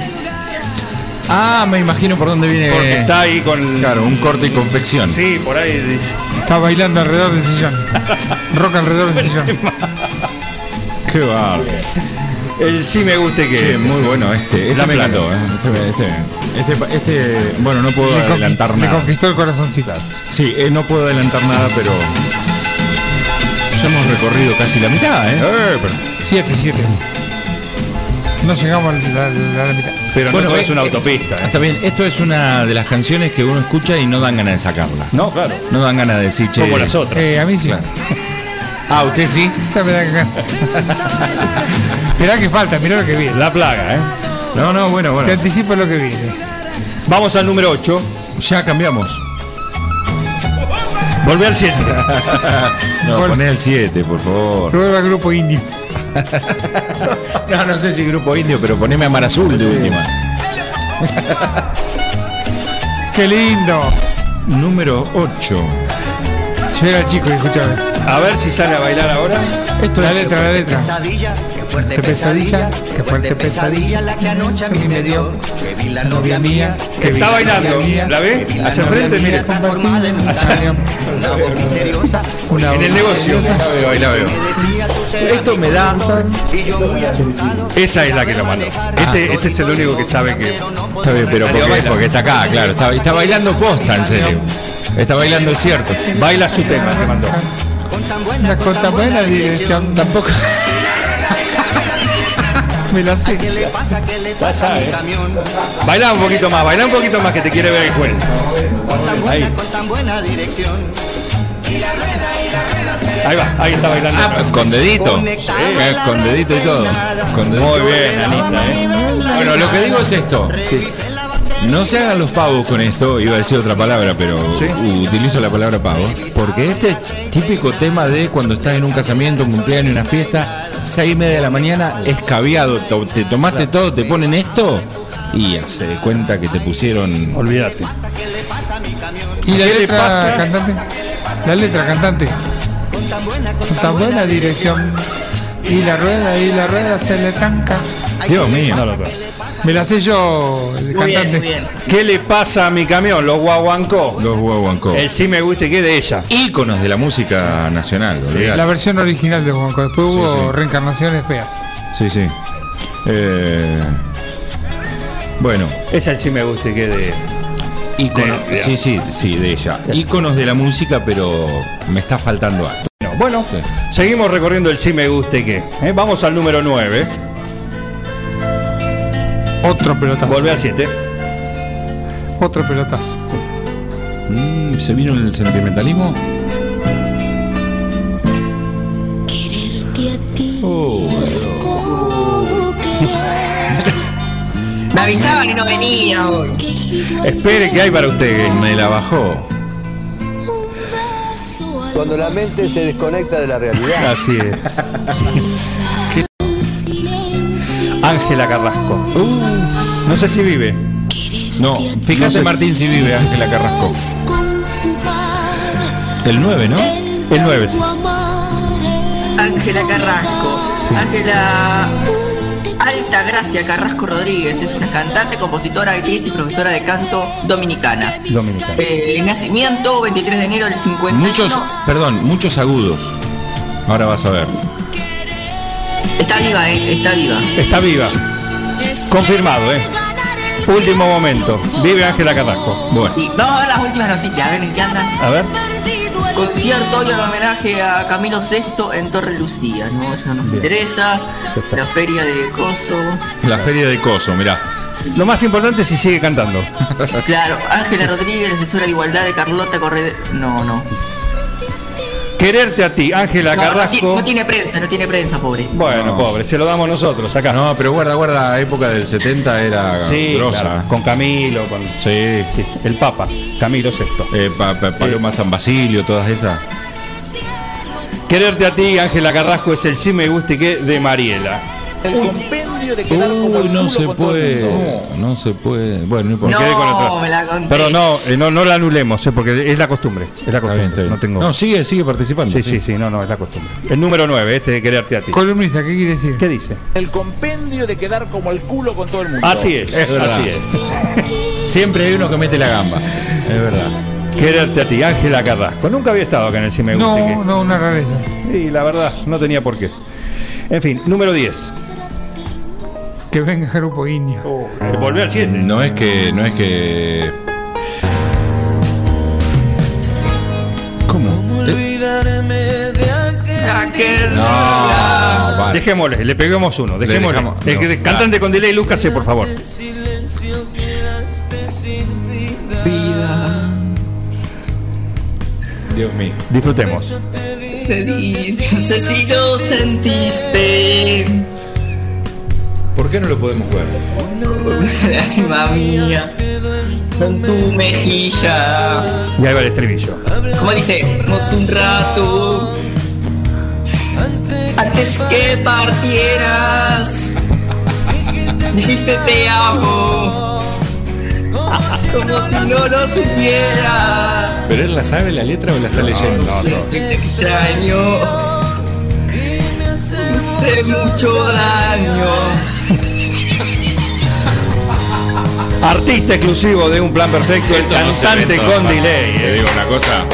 F: Ah, me imagino por dónde viene.
D: Porque está ahí con.
F: Claro, un corte y confección.
D: Sí, por ahí dice.
G: Está bailando alrededor del sillón. Rock alrededor del sillón.
F: Qué barro.
D: El sí me guste qué.
F: Che,
D: es.
F: muy bueno este. Este
D: La
F: me
D: placa.
F: encantó, ¿eh? Este, este, este, este- bueno, no puedo
G: Me conqui-
F: adelantar
G: me
F: nada.
G: conquistó el corazoncito.
F: Sí, eh, no puedo adelantar nada, pero ya hemos recorrido casi la mitad, ¿eh?
G: Siete, siete. No llegamos a la, la- la mitad.
D: Pero
F: Bueno,
D: no todo
F: eh,
D: es una
F: eh,
D: autopista. ¿eh?
F: Está bien, esto es una de las canciones que uno escucha y no dan ganas de sacarla.
D: No, claro.
F: No dan ganas de decir, che.
D: Como las otras.
G: Eh, a mí sí.
F: Claro. Ah, usted sí.
G: Ya me da ganas. Mirá que falta, mirá lo que viene.
D: La plaga, ¿eh?
F: No, no, bueno,
G: Te
F: bueno.
G: anticipo lo que viene.
D: Vamos al número 8.
F: Ya cambiamos.
D: Volvé al 7.
F: No,
G: Bueno.
F: poné el 7, por favor.
G: Luego el grupo indio.
F: No, no sé si grupo indio, pero poneme a Mar Azul de última.
G: ¡Qué lindo!
F: Número 8.
G: Yo era chico y escuchaba.
D: A ver si sale a bailar ahora.
F: Esto
G: La
F: es.
G: letra, la letra.
L: Pesadilla, qué fuerte
G: Qué pesadilla,
L: pesadilla,
G: qué fuerte pesadilla.
L: la que anoche a mí me dio, que vi la novia mía, que vi
D: Está
L: la
D: bailando.
L: novia mía,
D: ¿La ve?
L: que vi la
D: Hacia
L: novia
D: frente,
L: mía
D: mire.
L: conformada en un
D: Allá.
L: tablero, una voz misteriosa,
G: Una
D: En el negocio.
F: La veo, ahí la veo.
L: decía, "Tú serás
F: Esto me da.
L: y yo muy asustado,
D: Esa es la que lo mandó. Este, este es el único que sabe que.
F: Está bien, pero
D: Salió a
F: porque,
D: bailar.
F: porque está acá, claro. Está, está bailando posta, en serio. Está bailando el cierto.
D: Baila su tema, te mandó.
L: con tan buena,
G: Una cosa buena dirección. Tampoco. Me la sé.
L: ¿qué le pasa, qué le pasa a mi camión?
D: Baila un poquito más, baila un poquito más que te quiere ver el juez.
L: Con tan
D: Ahí.
L: buena, con tan buena dirección. Y la rueda, y la rueda
D: Ahí va, ahí está bailando.
F: Ah, con dedito. Eh, Con dedito y todo. Con dedito.
D: Muy bien, Anita. ¿eh?
F: Bueno, lo que digo es esto. No se hagan los pavos con esto, iba a decir otra palabra, pero u- utilizo la palabra pavo, porque este es típico tema de cuando estás en un casamiento, un cumpleaños, una fiesta, seis y media de la mañana, escabiado, to- te tomaste todo, te ponen esto y hace de cuenta que te pusieron...
D: Olvídate.
G: ¿Y la
F: ¿Qué le
G: letra
F: pasa?
G: cantante? La letra cantante. Con tan buena dirección. Y la rueda, y la rueda se le tranca.
F: Dios mío.
G: Me la sé yo, el cantante.
D: ¿Qué le pasa a mi camión? Los guaguancó.
F: Los guaguancó.
D: El sí me gusta y qué de ella.
F: Íconos de la música nacional, olvidate.
G: La versión original de Juanco. Después
F: Sí,
G: hubo
F: sí.
G: reencarnaciones feas.
F: Sí, sí. Eh, bueno.
D: Es el sí me gusta y qué de.
F: Ícono-
D: de-
F: sí, sí, sí, de ella. Íconos de la música, pero me está faltando algo.
D: No, Bueno, seguimos recorriendo el sí me gusta y qué. ¿eh? Vamos al número 9.
G: Otro pelotazo.
D: Volvé al 7.
G: Otro pelotazo.
F: Mm, ¿Se vino el sentimentalismo?
D: Uh,
I: Me avisaba que no venía hoy.
D: Espere que hay para usted. eh.
F: Me la bajó.
L: Cuando la mente se desconecta de la realidad.
D: Así es. ¿Qué? Ángela Carrasco. no sé si vive.
F: Uh, No, fíjate Martín si vive Ángela Carrasco. El 9, ¿no?
D: El 9, sí.
I: Ángela Carrasco. Ángela Alta Gracia Carrasco Rodríguez es una cantante, compositora, actriz y profesora de canto dominicana.
D: Dominicana.
I: Eh, nacimiento 23 de enero del 51.
F: Muchos, perdón, muchos agudos. Ahora vas a ver.
I: Está viva, eh, está viva.
D: Está viva. Confirmado, ¿eh? Último momento. Vive Ángela Carrasco.
F: Bueno.
I: Sí, vamos a ver las últimas noticias, a ver en qué andan.
D: A ver.
I: Concierto hoy en homenaje a Camilo VI en Torre Lucía, ¿no? Eso no nos interesa. La feria de Coso.
F: La feria de Coso, mirá.
D: Lo más importante es si sigue cantando.
I: Claro, Ángela Rodríguez, asesora de igualdad de Carlota Corredera. No, no.
D: Quererte a ti, Ángela
I: No, no, ti-
D: Carrasco.
I: no tiene prensa, no tiene prensa, pobre.
D: Bueno, pobre, se lo damos nosotros acá.
F: No, pero guarda, guarda, época del 70 era
D: Sí,
F: grosa.
D: claro, con Camilo, con
F: Sí.
D: sí, el Papa, Camilo VI.
F: Eh, pa- pa- Paloma San Basilio, todas esas. Eh.
D: Quererte a ti, Ángela Carrasco, es el sí me gusta y qué de Mariela.
N: El compendio de quedar como
F: Uy,
N: el
F: no
N: culo
F: se
N: con todo el mundo.
F: puede. No, no se puede. Bueno, no
D: Me
F: importa.
D: quedé con el tra-
I: me la contés.
D: Perdón, no, eh, no, no la anulemos, eh, porque es la costumbre. Es la costumbre. No tengo.
F: No, sigue, sigue participando.
D: sí, sí, sí, no, no, es la costumbre. El número 9, este de quererte a ti.
G: Columnista, ¿qué quiere decir?
D: ¿Qué dice?
N: El compendio de quedar como el culo con todo el mundo.
D: Así es,
F: Es verdad.
D: así es.
F: Siempre hay uno que mete la gamba. Es verdad.
D: Quererte a ti, Ángela Carrasco. Nunca había estado acá en el sí me gusta y qué.
G: No, no, una rareza.
D: Y la verdad, no tenía por qué. En fin, número 10.
G: Que venga Grupo Indio.
D: Eh, Volvé al 7.
F: No es que. No es que. ¿Cómo? Eh, No, Ah, vale.
D: Dejémosle, le peguemos uno.
F: Le
D: Dejémosle.
F: dejamos-
D: Eh, que-
F: no,
D: cantante con delay, Lucas, por favor.
I: Vida.
F: Dios mío.
D: Disfrutemos.
I: Te di, no sé si lo sentiste.
F: ¿Por qué no lo podemos jugar?
I: Alma mía. Con tu mejilla.
D: Y ahí va el estribillo.
I: Como dice, "Nos un rato. Antes que partieras. Dijiste te amo. Como si no lo supieras.
F: ¿Pero él la sabe la letra o la está leyendo? No,
I: Te extraño. De mucho daño.
D: Artista exclusivo de Un Plan Perfecto, el cantante con delay.
F: Te
D: eh.
F: digo una cosa.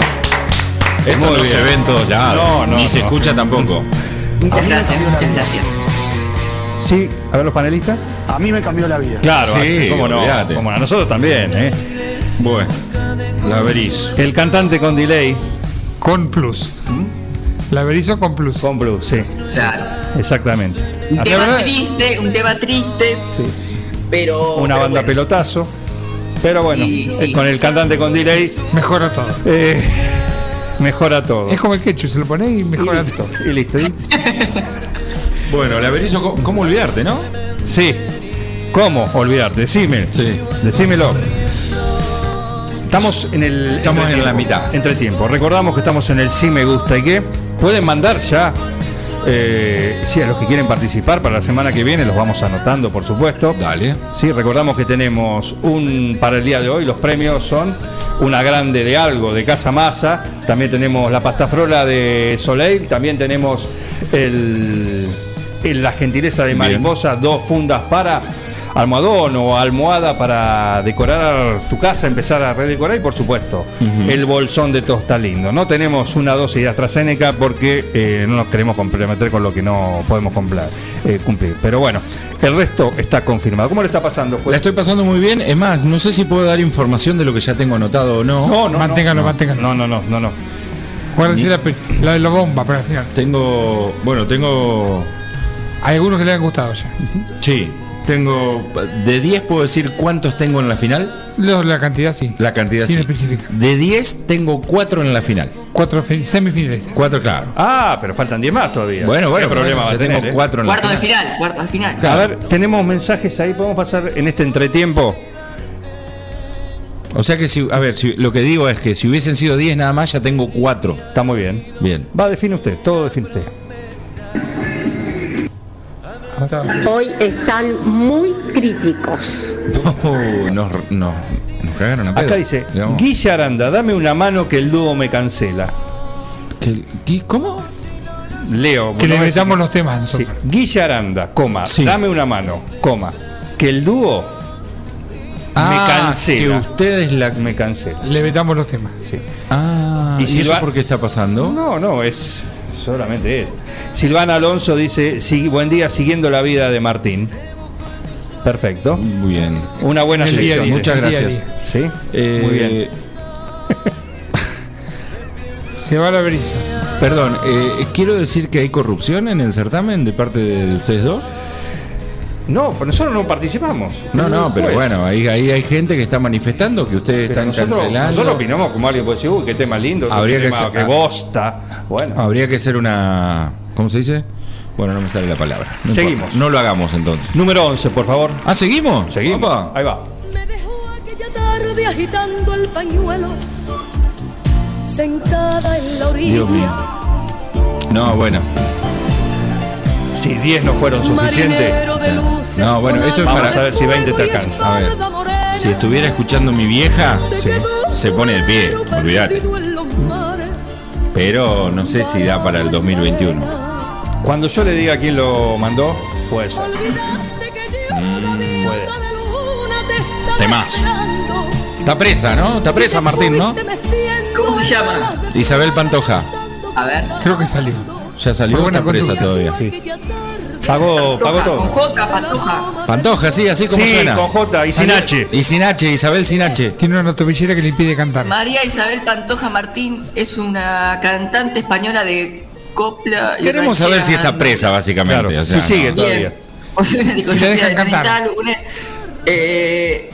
F: Esto
D: Muy
F: no
D: bien.
F: se ve en todos lados.
D: No, no,
F: ni se
D: no.
F: escucha tampoco.
I: Muchas gracias, muchas gracias.
D: Sí, a ver los panelistas.
L: A mí me cambió la vida.
D: Claro,
F: Sí,
D: así, cómo no.
F: olvídate.
D: Cómo no, a nosotros también. eh.
F: Bueno, la bris.
D: El cantante con delay.
G: Con plus.
D: ¿Mm?
G: La Berizo con plus.
D: Con blues, sí.
I: Claro.
D: Exactamente.
I: Un
D: Así-
I: tema triste, un tema triste, pero.
D: Una
I: pero
D: banda
I: bueno.
D: pelotazo. Pero bueno,
I: Sí, sí.
D: eh, con el cantante con delay.
G: Mejora todo.
D: eh, Mejora todo.
G: Es como el ketchup, se lo pones y mejora todo.
D: Y listo. ¿y?
F: bueno, la Berizo, ¿cómo, cómo olvidarte, no?
D: Sí. ¿Cómo olvidarte? Decime. Sí. Decímelo. Estamos en el.
F: Estamos en la
D: entretiempo,
F: mitad.
D: Entretiempo. Recordamos que estamos en el Sí Me Gusta y que pueden mandar ya. eh, sí, a los que quieren participar para la semana que viene los vamos anotando, por supuesto. Dale. Sí, recordamos que tenemos un para el día de hoy. Los premios son una grande de algo de Casa Masa. También tenemos la pastafrola de Soleil. También tenemos el, el- la gentileza de Mariposa, dos fundas para almohadón o almohada para decorar tu casa, empezar a redecorar y por supuesto el bolsón de tosta lindo. No tenemos una dosis de AstraZeneca porque eh, no nos queremos comprometer con lo que no podemos comprar, eh, cumplir. Pero bueno, el resto está confirmado. ¿Cómo le está pasando, juez?
F: La estoy pasando muy bien. Es más, no sé si puedo dar información de lo que ya tengo anotado o no.
D: No, no,
G: Manténgalo,
D: no,
G: manténgalo.
D: No, no, no, no, no.
G: Guárdense la, pe- la de la bomba para el final.
F: Tengo. Bueno, tengo.
G: Hay algunos que le han gustado ya.
F: Sí. Tengo. De 10 puedo decir cuántos tengo en la final.
G: Lo- La cantidad sí.
F: La cantidad
G: Sin
F: sí.
G: especificar.
F: De 10 tengo 4 en la final.
G: Cuatro fi- semifinalistas.
F: 4, claro.
D: Ah, pero faltan 10 más todavía.
F: Bueno, bueno,
D: ¿Qué problema
F: bueno,
D: va
F: ya
D: a tener,
F: tengo
D: eh?
F: cuatro en la
I: Cuarto de final, cuarto de final.
D: A ver, tenemos mensajes ahí, podemos pasar en este entretiempo.
F: O sea que si. A ver, si, lo que digo es que si hubiesen sido 10 nada más, ya tengo 4.
D: Está muy bien.
F: Bien.
D: Va, define usted, todo define usted. Ah,
O: Hoy están muy críticos.
F: Oh, nos, nos, nos cagaron a pedo.
D: Acá dice,
F: Digamos,
D: Guilla Aranda, dame una mano que el dúo me cancela.
F: que- que- ¿Cómo?
D: Leo.
G: Que
D: no
G: le
D: me-
G: metamos los temas
D: Sí.
G: nosotros.
D: Guilla Aranda, coma,
F: Sí.
D: dame una mano, coma, que el dúo
F: Ah,
D: me cancela.
F: que ustedes la.
D: Me cancela.
G: Le metamos los temas.
D: Sí.
F: Ah,
D: Y
F: ¿y,
D: si
F: eso
D: lo ha-
F: por qué está pasando?
D: No, no, es solamente es. Silvana Alonso dice, "Sí, buen día siguiendo la vida de Martín. Perfecto.
F: Muy bien.
D: Una buena
F: El día a
D: selección.
F: día, muchas
D: El día a
F: gracias.
D: día. Sí,
F: Eh,
D: muy bien.
G: Se va la brisa.
F: Perdón, eh, quiero decir que hay corrupción en el certamen de parte de, de ustedes dos.
D: No, pero nosotros no participamos.
F: No, no, pero
D: Pues,
F: bueno, ahí, ahí hay gente que está manifestando que ustedes
D: pero
F: están
D: nosotros,
F: cancelando.
D: nosotros opinamos como alguien puede decir, uy, qué tema lindo,
F: Habría
D: qué
F: que
D: tema
F: ser-
D: que ah. bosta. Bueno.
F: Ah, Habría que hacer una. ¿Cómo se dice? Bueno, no me sale la palabra. No
D: Seguimos.
F: importa. No lo hagamos entonces.
D: Número 11, por favor.
F: Ah, seguimos.
D: Seguimos.
F: Opa.
D: Ahí va.
P: Aquella tarde agitando el pañuelo, sentada en la orilla.
F: Dios mío. No, bueno.
D: Si 10 no fueron suficientes.
P: Marinero de luces
F: No, bueno, esto
P: con
F: es para-
P: alma
F: Vamos a ver
P: de
D: si 20 te
P: fuego y
D: alcanza.
F: A ver.
P: espalda morena.
F: Si estuviera escuchando mi vieja,
P: Se quedó
F: se pone de pie,
P: perdido
F: olvídate.
P: en los mares.
F: Pero no sé si da para el 2021.
D: Cuando yo le diga quién lo mandó, puede ser.
P: Olvidaste que yo, gaviota de luna, te estaba
F: Mm. Temazo.
P: esperando.
F: Está presa, ¿no? Está presa, Martín, ¿no?
P: Fuiste meciendo
I: ¿Cómo se
P: en
I: llama?
P: alas de
F: Isabel Pantoja.
I: A ver.
G: Creo que salió.
F: Ya salió,
G: Fue buena
F: está presa
G: conducta.
F: todavía.
P: aquella tarde.
D: Pagó, pagó
I: Pantoja, Con
D: todo.
I: J, Pantoja.
F: Pantoja, sí, así como
D: Sí,
F: suena.
D: con J y sin
F: Salió-
D: H.
F: Y sin H, Isabel sin H.
G: Tiene una tobillera que le impide cantar.
I: María Isabel Pantoja Martín es una cantante española de copla. y
F: Queremos saber
I: ranchera. Pues,
F: si está presa, básicamente.
D: Claro,
F: o sea,
D: si sigue
F: no.
D: todavía.
I: O sea,
G: Si la
I: una
G: dejan
I: discografía de 30
G: cantar.
I: álbumes. Eh,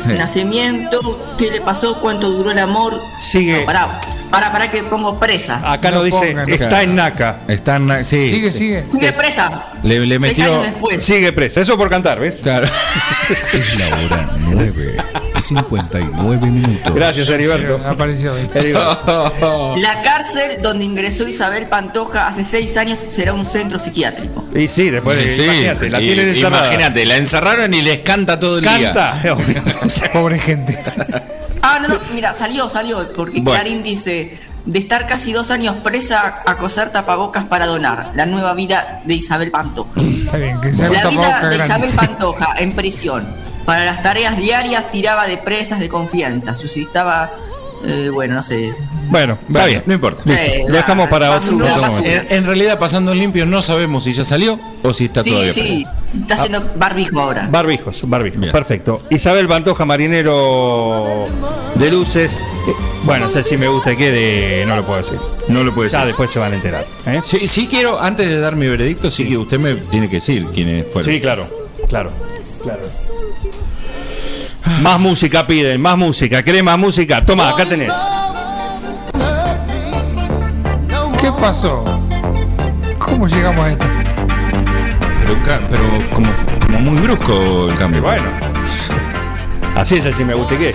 F: Sí.
I: Nacimiento, ¿qué le pasó? ¿Cuánto duró el amor?
D: Sigue.
I: No, pará, pará, pará que pongo
F: Ah,
I: presa.
D: Acá nos
G: No
D: dice,
G: pongan,
D: está
F: claro.
D: en Naca.
F: Está en la- sí,
G: Sigue,
F: sí.
G: sigue.
I: Sigue presa.
F: Le, le
I: Seis
F: metió.
I: años después.
D: Sigue presa. Eso por cantar, ¿ves?
F: Claro. es la hora 9 59 minutos.
D: Gracias, Heriberto.
G: Apareció.
D: Heriberto.
I: La cárcel donde ingresó Isabel Pantoja hace seis años será un centro psiquiátrico.
D: Y sí, después de imagínate, la tienen encerrada.
F: Imagínate, la encerraron y les canta todo el día.
D: Canta.
G: Pobre gente.
I: Ah, no, no, mira, salió, salió, porque
F: Bueno.
I: Clarín dice, de estar casi dos años presa, acosar tapabocas para donar, la nueva vida de Isabel Pantoja.
G: Está bien, que se haga un
I: La vida
G: tapabocas
I: de Isabel
G: grande.
I: Pantoja en prisión. Para las tareas diarias tiraba de presas de confianza, suscitaba, eh, bueno, no sé.
F: Bueno,
D: Bueno, está bien.
F: no importa.
I: eh,
D: Lo dejamos para otro-
I: basura,
D: otro
I: basura.
F: En, en realidad, pasando en limpio, no sabemos si ya salió o si está
I: Sí,
F: todavía.
I: sí,
D: Ah.
I: está haciendo barbijo ahora.
D: Barbijos, barbijos,
F: Bien.
D: perfecto. Isabel Pantoja, marinero de luces. Eh, Bueno, sé si me gusta que de. No lo puedo decir.
F: presa. No lo puede
D: Ya
F: ser.
D: después se van a enterar. ¿eh?
F: Sí, sí quiero, antes de dar mi veredicto, sí, que usted me tiene que decir quiénes fueron.
D: Sí, claro, claro, claro. Más música piden, más música, ¿querés más música? Toma, acá tenés.
G: pasó? ¿Cómo llegamos a esto?
F: Pero, ca- pero como, como muy brusco el cambio. Bueno.
D: Así es el si me guste qué.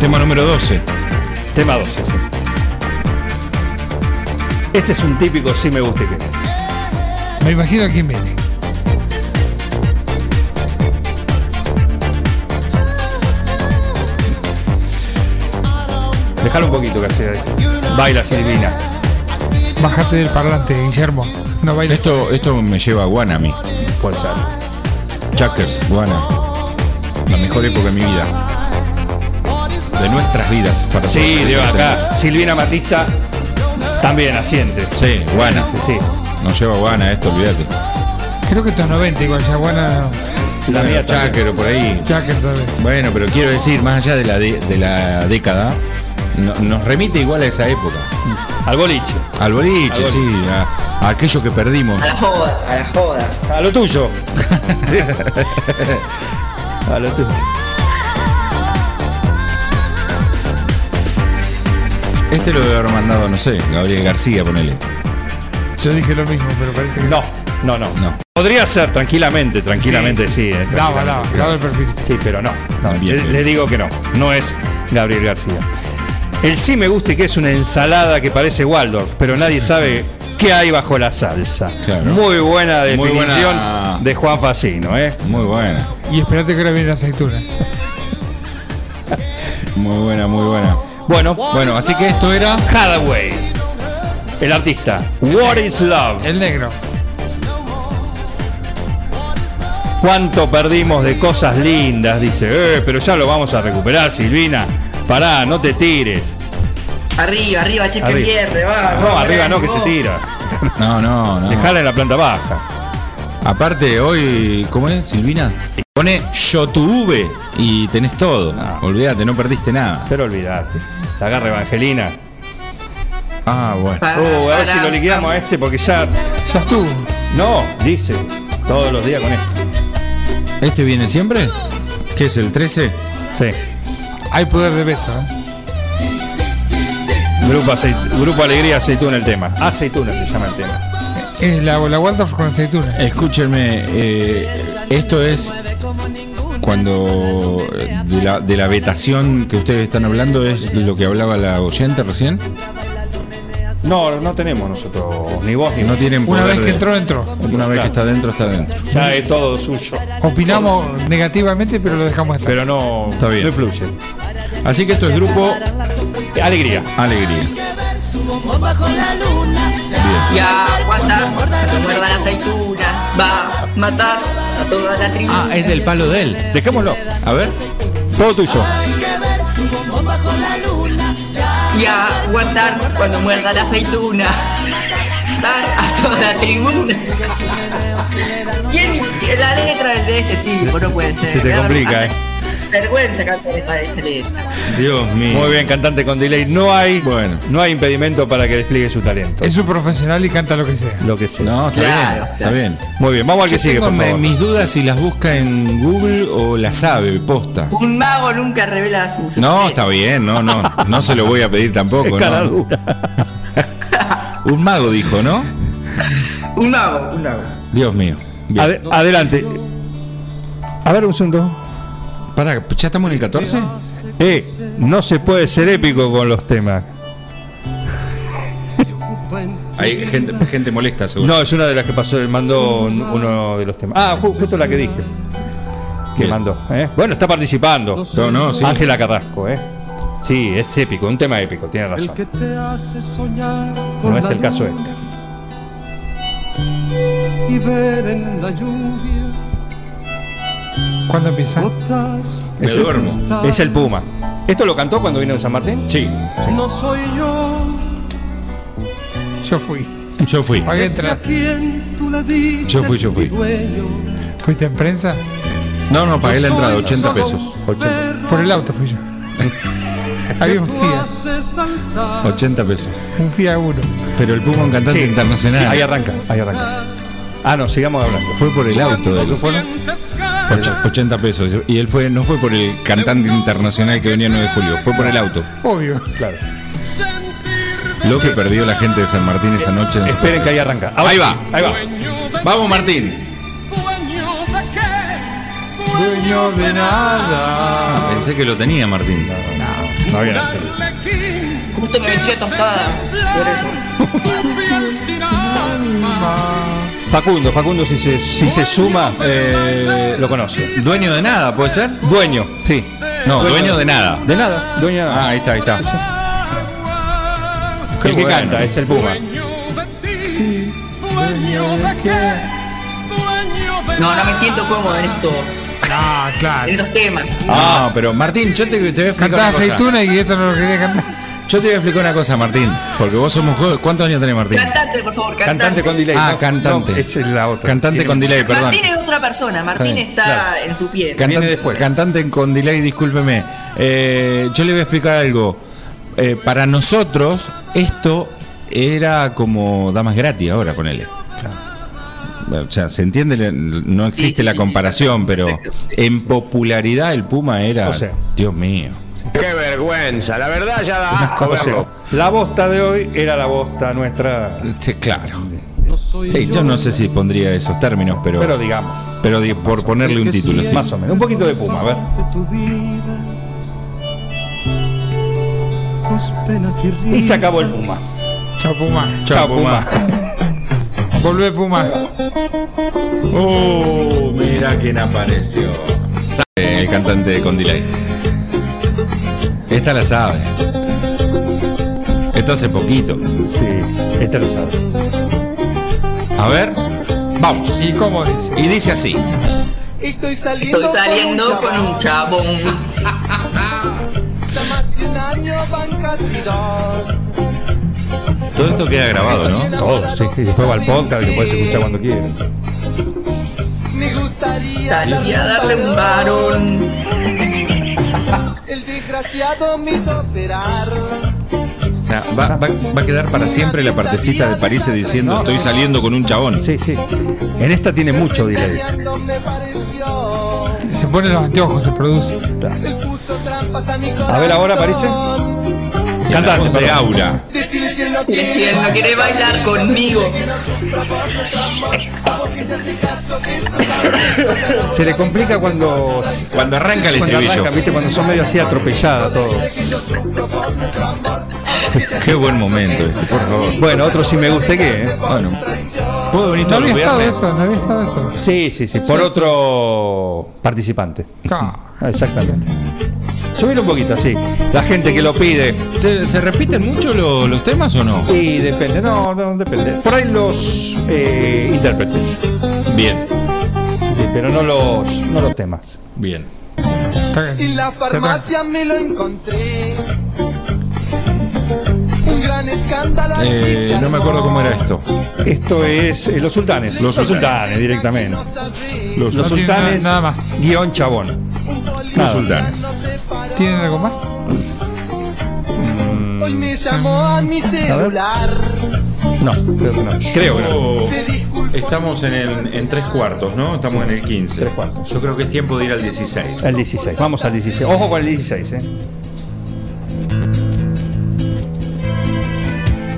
F: Tema número 12.
D: Tema 12, sí. Este es un típico sí me guste qué.
G: Me imagino quién viene.
D: Dejalo un poquito que así eh, Baila Silvina.
G: Bájate del parlante, Guillermo. No bailes.
F: Esto, esto me lleva a Guana a mí.
D: Fuerza.
F: Chuckers, Guana. La mejor época de mi vida. De nuestras vidas. Para
D: Sí,
F: todos.
D: de
F: Eso
D: acá. Silvina Matista también asiente.
F: Sí, Guana.
D: Sí, sí.
F: tenemos. Nos lleva a Guana esto, olvídate.
G: Creo que esto es 90, igual ya buena.
F: Bueno,
D: mía también.
F: Chucker o por ahí.
G: Chucker también.
F: Bueno, pero quiero decir, más allá de la, de, de la década, no- nos remite igual a esa época.
D: Al boliche.
F: Al boliche,
D: Al boliche.
F: sí, a, a aquello que perdimos.
I: A la joda, a la joda.
D: A lo tuyo. A lo tuyo.
F: Este lo debe haber mandado, no sé, Gabriel García, ponele.
G: Yo dije lo mismo, pero parece que.
D: No, no, no.
F: No.
D: Podría ser tranquilamente, tranquilamente, sí.
G: Sí,
D: eh,
G: Daba,
D: tranquilamente,
G: daba,
D: sí.
G: daba el perfil.
D: Sí, pero no. no,
F: Bien,
D: le,
F: bien.
D: le digo que no. No es Gabriel García. El sí me guste que es una ensalada que parece Waldorf, pero nadie sabe qué hay bajo la salsa.
F: Claro.
D: Muy buena
F: Muy
D: definición
F: buena.
D: de Juan Facino, ¿eh?
F: Muy buena,
G: Y esperate que ahora viene la aceituna.
F: muy buena, muy buena.
D: Bueno,
F: Bueno, así que esto era.
D: Hathaway, el artista. What is love?
G: El negro.
D: ¿Cuánto perdimos de cosas lindas? Dice, eh, pero ya lo vamos a recuperar, Silvina. Pará, no te tires.
I: Arriba, arriba, cheque el
D: Arriba.
I: hierre, va.
D: No, arriba no, que
I: vamos.
D: se tira.
F: No, no, no.
D: Dejala en la planta baja.
F: Aparte, hoy, ¿cómo es, Silvina? Pone yo tuve y tenés todo.
D: Ah.
F: Olvídate, no perdiste nada.
D: Pero olvidate. La agarra Evangelina.
F: Ah, bueno.
I: Para,
D: Uh, a ver si
I: para,
D: lo liquidamos a este porque ya.
G: Ya estuvo.
D: No, dice. Todos los días con esto.
F: ¿Este viene siempre? ¿Qué es el 13?
D: Sí.
G: Hay poder de veto, ¿eh?
D: Grupo, Aceit- Grupo Alegría Aceituna el tema. Aceituna se llama el tema.
G: Es la, la Waldorf con aceituna.
F: Escúchenme, eh, esto es cuando eh, de la, de la vetación que ustedes están hablando es lo que hablaba la oyente recién.
D: No, no tenemos nosotros. Ni vos ni
F: No
D: vos.
F: tienen
G: Una
F: poder
G: vez que
F: de-
G: entró, entró.
F: Una vez que está dentro, está dentro.
D: Ya es todo suyo.
G: Opinamos negativamente, pero lo dejamos estar.
D: Pero no,
F: Está bien.
D: no influye.
F: Así que esto es grupo
D: Eh, Alegría.
F: Alegría.
I: Ya, aguanta, recuerda la aceituna. Va a matar a toda la tribu.
F: Ah, es del palo de él.
D: Dejémoslo.
F: A ver.
D: Todo tuyo.
I: Y a aguantar cuando muerda la aceituna. Dar a toda la tribuna. ¿Quién? La letra es de este tipo, no puede ser.
D: Se te
I: Me da
D: complica, eh.
I: Vergüenza cantar esta, esta letra.
F: Dios mío.
D: Muy bien, cantante con delay. No hay,
F: Bueno.
D: no hay impedimento para que despliegue su talento.
G: Es un profesional y canta lo que sea.
D: lo que sea.
F: No, está
I: Claro,
F: bien. Está
I: claro.
F: bien.
D: Muy bien, vamos al que
F: Yo
D: sigue,
F: tengo
D: por
F: me-
D: favor.
F: mis dudas si las busca en Google o las sabe, posta.
I: Un mago nunca revela su secreto.
F: No, está bien, no, no. No se lo voy a pedir tampoco,
D: Cara
F: ¿no?
D: dura.
F: Un mago dijo, ¿no?
I: Un mago, un mago.
F: Dios mío. Bien.
D: Ade- adelante. A ver, un segundo.
F: Pará, ¿ya estamos en el 14?
D: Eh, no se puede ser épico con los temas.
F: Hay gente, gente molesta, seguro.
D: No, es una de las que pasó, eh, mandó un- uno de los temas. Ah, ju- justo la que dije. Que
F: Bien.
D: mandó. ¿eh? Bueno, está participando.
F: No, no, sí.
D: Ángela Carrasco, ¿eh? Sí, es épico, un tema épico, tiene razón. No es el caso este.
G: ¿Cuándo empieza?
F: Me
D: Es
F: duermo.
D: Es el Puma. ¿Esto lo cantó cuando vino de San Martín?
F: Sí,
J: No soy yo
G: Yo fui.
F: yo fui.
G: Pagué entrar.
J: quien tú le dices
F: Yo fui, yo fui.
J: mi dueño.
G: ¿Fuiste en prensa?
F: No, no, pagué la entrada, 80 pesos.
D: 80.
G: Por el auto fui yo. Había un
J: Tú
G: FIA.
J: haces saltar
F: 80 pesos.
G: Un FIA 1.
F: Pero el Puma un cantante
D: Sí.
F: internacional.
D: Ahí arranca, ahí arranca. Ah, no, sigamos hablando.
F: Fue por el auto de él. Ocho- 80 pesos. Y él fue, no fue por el cantante internacional que venía el 9 de julio, fue por el auto.
G: Obvio.
D: Claro.
F: Lo que perdió la gente de San Martín esa noche.
D: Esperen que ahí arranca.
F: Ahí va. Ahí va. Vamos, Martín.
G: Dueño de nada.
F: Ah, pensé que lo tenía Martín. No,
D: no gracias.
I: Justo me metí la tostada. Por eso.
D: Facundo, Facundo si se, si se suma, eh, lo conoce.
F: Dueño de nada, ¿puede ser?
D: Dueño, sí.
F: No, dueño, de nada.
D: De nada, dueño de nada.
F: Ah, ahí está, ahí está. Qué
D: el que
F: bueno.
D: canta es el Puma.
I: No, no me siento cómodo en estos,
G: Ah, claro.
I: en estos temas.
F: Ah, pero Martín, yo te, te voy a explicar
G: Cantaba
F: una cosa.
G: aceituna y esto no lo quería cantar.
F: Yo te voy a explicar una cosa, Martín. Porque vos somos jóvenes. ¿Cuántos años tenés, Martín?
I: Cantante, por favor, cantante.
D: Cantante con delay.
F: Ah,
D: no,
F: cantante.
D: no, esa es la otra.
F: Cantante
D: Tiene-
F: con delay, perdón.
I: Martín es otra persona, Martín
F: Está bien,
I: está
F: claro.
I: en su pieza.
F: Cantan-
D: Viene después.
F: Cantante con delay, discúlpeme. Eh, yo le voy a explicar algo. Eh, para nosotros, esto era como damas gratis ahora, ponele. O sea, se entiende, le- no existe la comparación, pero en popularidad el Puma era.
D: O sea.
F: Dios mío.
C: Qué vergüenza, la verdad ya da asco
D: O sea,
C: verlo.
D: la bosta de hoy era la bosta nuestra.
F: Sí, claro. Sí, yo no sé si pondría esos términos, pero.
D: Pero digamos,
F: pero di- por ponerle un título, sí.
D: más o menos. Un poquito de puma, a ver. Y se acabó el puma.
G: Chao, Puma.
D: Chao, puma.
G: Volvé, Puma.
F: Oh, mira quién apareció. Eh, El cantante de Condilay. Esta la sabe. Esta hace poquito.
D: Sí, este lo sabe.
F: A ver, vamos.
G: ¿Y cómo dice?
F: Y dice así.
P: Estoy saliendo,
I: Estoy saliendo con un chabón.
P: Maquinario bancaridad.
F: Todo esto queda grabado, ¿no?
D: Todo, sí. Y después va al podcast y lo puedes escuchar cuando quieras.
P: Me gustaría
I: Salí a darle un varón.
P: El desgraciado me hizo operar.
F: O sea, va, va- va a quedar para siempre la partecita de París diciendo estoy saliendo con un chabón.
D: Sí, sí. En esta tiene mucho delay.
P: Peleando me pareció.
G: Se pone los anteojos, se produce.
P: Él puso trampas a mi
D: A ver, ahora aparece. Cantante,
F: de
D: perdón.
F: Aura.
P: Decirle que no
I: Y si él
P: quiere
I: no quiere bailar conmigo.
D: Se le complica cuando.
F: Cuando arranca el
D: Cuando
F: estribillo.
D: arranca, viste, cuando son medio así atropellada todo.
F: Qué buen momento este, por favor.
D: Bueno, otro si me guste qué, ¿eh?
F: Bueno, ¿puedo venir
G: No
F: todos
G: había
F: los
G: estado
F: viernes?
G: esto, no había estado esto.
D: Sí, sí, sí. Por otro participante.
G: Ca-
D: Ah, Exactamente. Subir un poquito así. La gente que lo pide.
F: ¿Se, se repiten mucho lo- los temas o no?
D: Y depende, no, no, depende. Por ahí los eh, intérpretes.
F: Bien,
D: Sí, pero no los, no los temas.
F: bien.
G: ca-
P: Y en la
G: se arranca.
P: farmacia me lo encontré. Un gran escándalo.
F: Eh, no me acuerdo cómo era esto.
D: Esto es eh, Los Sultanes.
F: Los
D: sultanes.
F: Sultanes,
D: directamente. Los,
G: No tiene
D: Sultanes,
G: nada- nada más.
D: guión chabón.
F: Los Sultanes.
G: ¿Tienen algo más?
P: Hoy me llamó a mi celular.
D: No, creo que no. Creo que no.
F: Estamos en, el, en tres cuartos, ¿no? Estamos en el 15.
D: tres cuartos.
F: Yo creo que es tiempo de ir al 16.
D: El 16. Vamos al 16. Ojo con el 16, ¿eh?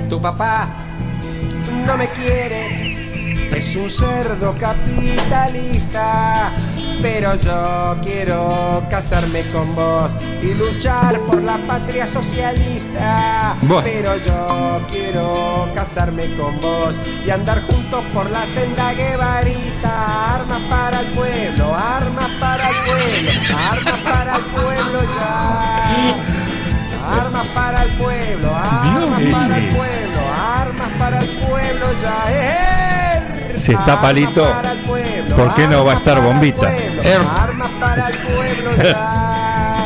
J: Tu papá no me quiere, es un cerdo capitalista. Pero yo quiero casarme con vos y luchar por la patria socialista.
F: Bueno.
J: Pero yo quiero casarme con vos y andar juntos por la senda guevarita. Armas para el pueblo, armas para el pueblo, armas para el pueblo ya. Armas para el pueblo, armas
D: Dios.
J: para
D: Sí,
J: el
D: sí.
J: pueblo, armas para el pueblo ya. ¡Eh!
D: Si está
J: Armas
D: palito,
J: para el pueblo,
D: ¿por qué no va a
J: armas
D: estar
J: para el
D: Bombita?
J: pueblo,
G: Er-
J: Armas para el pueblo ya.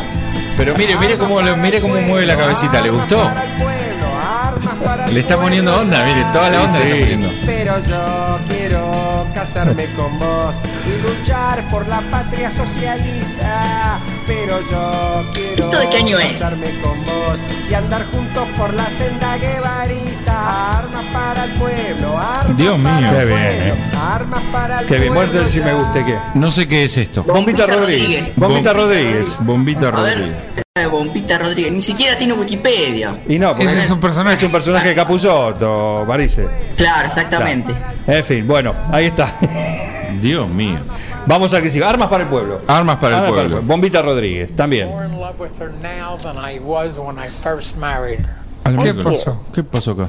F: Pero mire, mire cómo, lo- mire cómo mueve la cabecita. ¿Le gustó?
J: Armas para el pueblo, armas para el
F: Le está
J: pueblo
F: poniendo onda,
J: ya.
F: mire, toda la onda le está poniendo.
J: Pero yo quiero casarme con vos y luchar por la patria socialista. Pero yo quiero
I: ¿Esto de qué año es?
J: casarme con vos y andar juntos por la senda guevarita. Armas para el pueblo, armas
F: Dios mío.
J: para
F: Qué
J: el
F: bien,
J: pueblo,
F: eh.
J: armas para el
D: Que bien,
J: pueblo.
D: muerto si me guste qué.
F: No sé qué es esto.
D: Bombita Rodríguez. Bombita Rodríguez.
F: Bombita
I: A ver.
F: Rodríguez.
I: Bombita Rodríguez, ni siquiera tiene Wikipedia.
D: Y no, porque es un personaje. Es un personaje de Capuzotto, parece.
I: Claro, exactamente.
D: En fin, bueno, ahí está.
F: Dios mío.
D: Vamos a que siga. Armas para el pueblo.
F: Armas para el pueblo.
D: Bombita Rodríguez, también.
Q: more in love with her now than I was when I first married her.
F: ¿Qué pasó? ¿Qué pasó acá?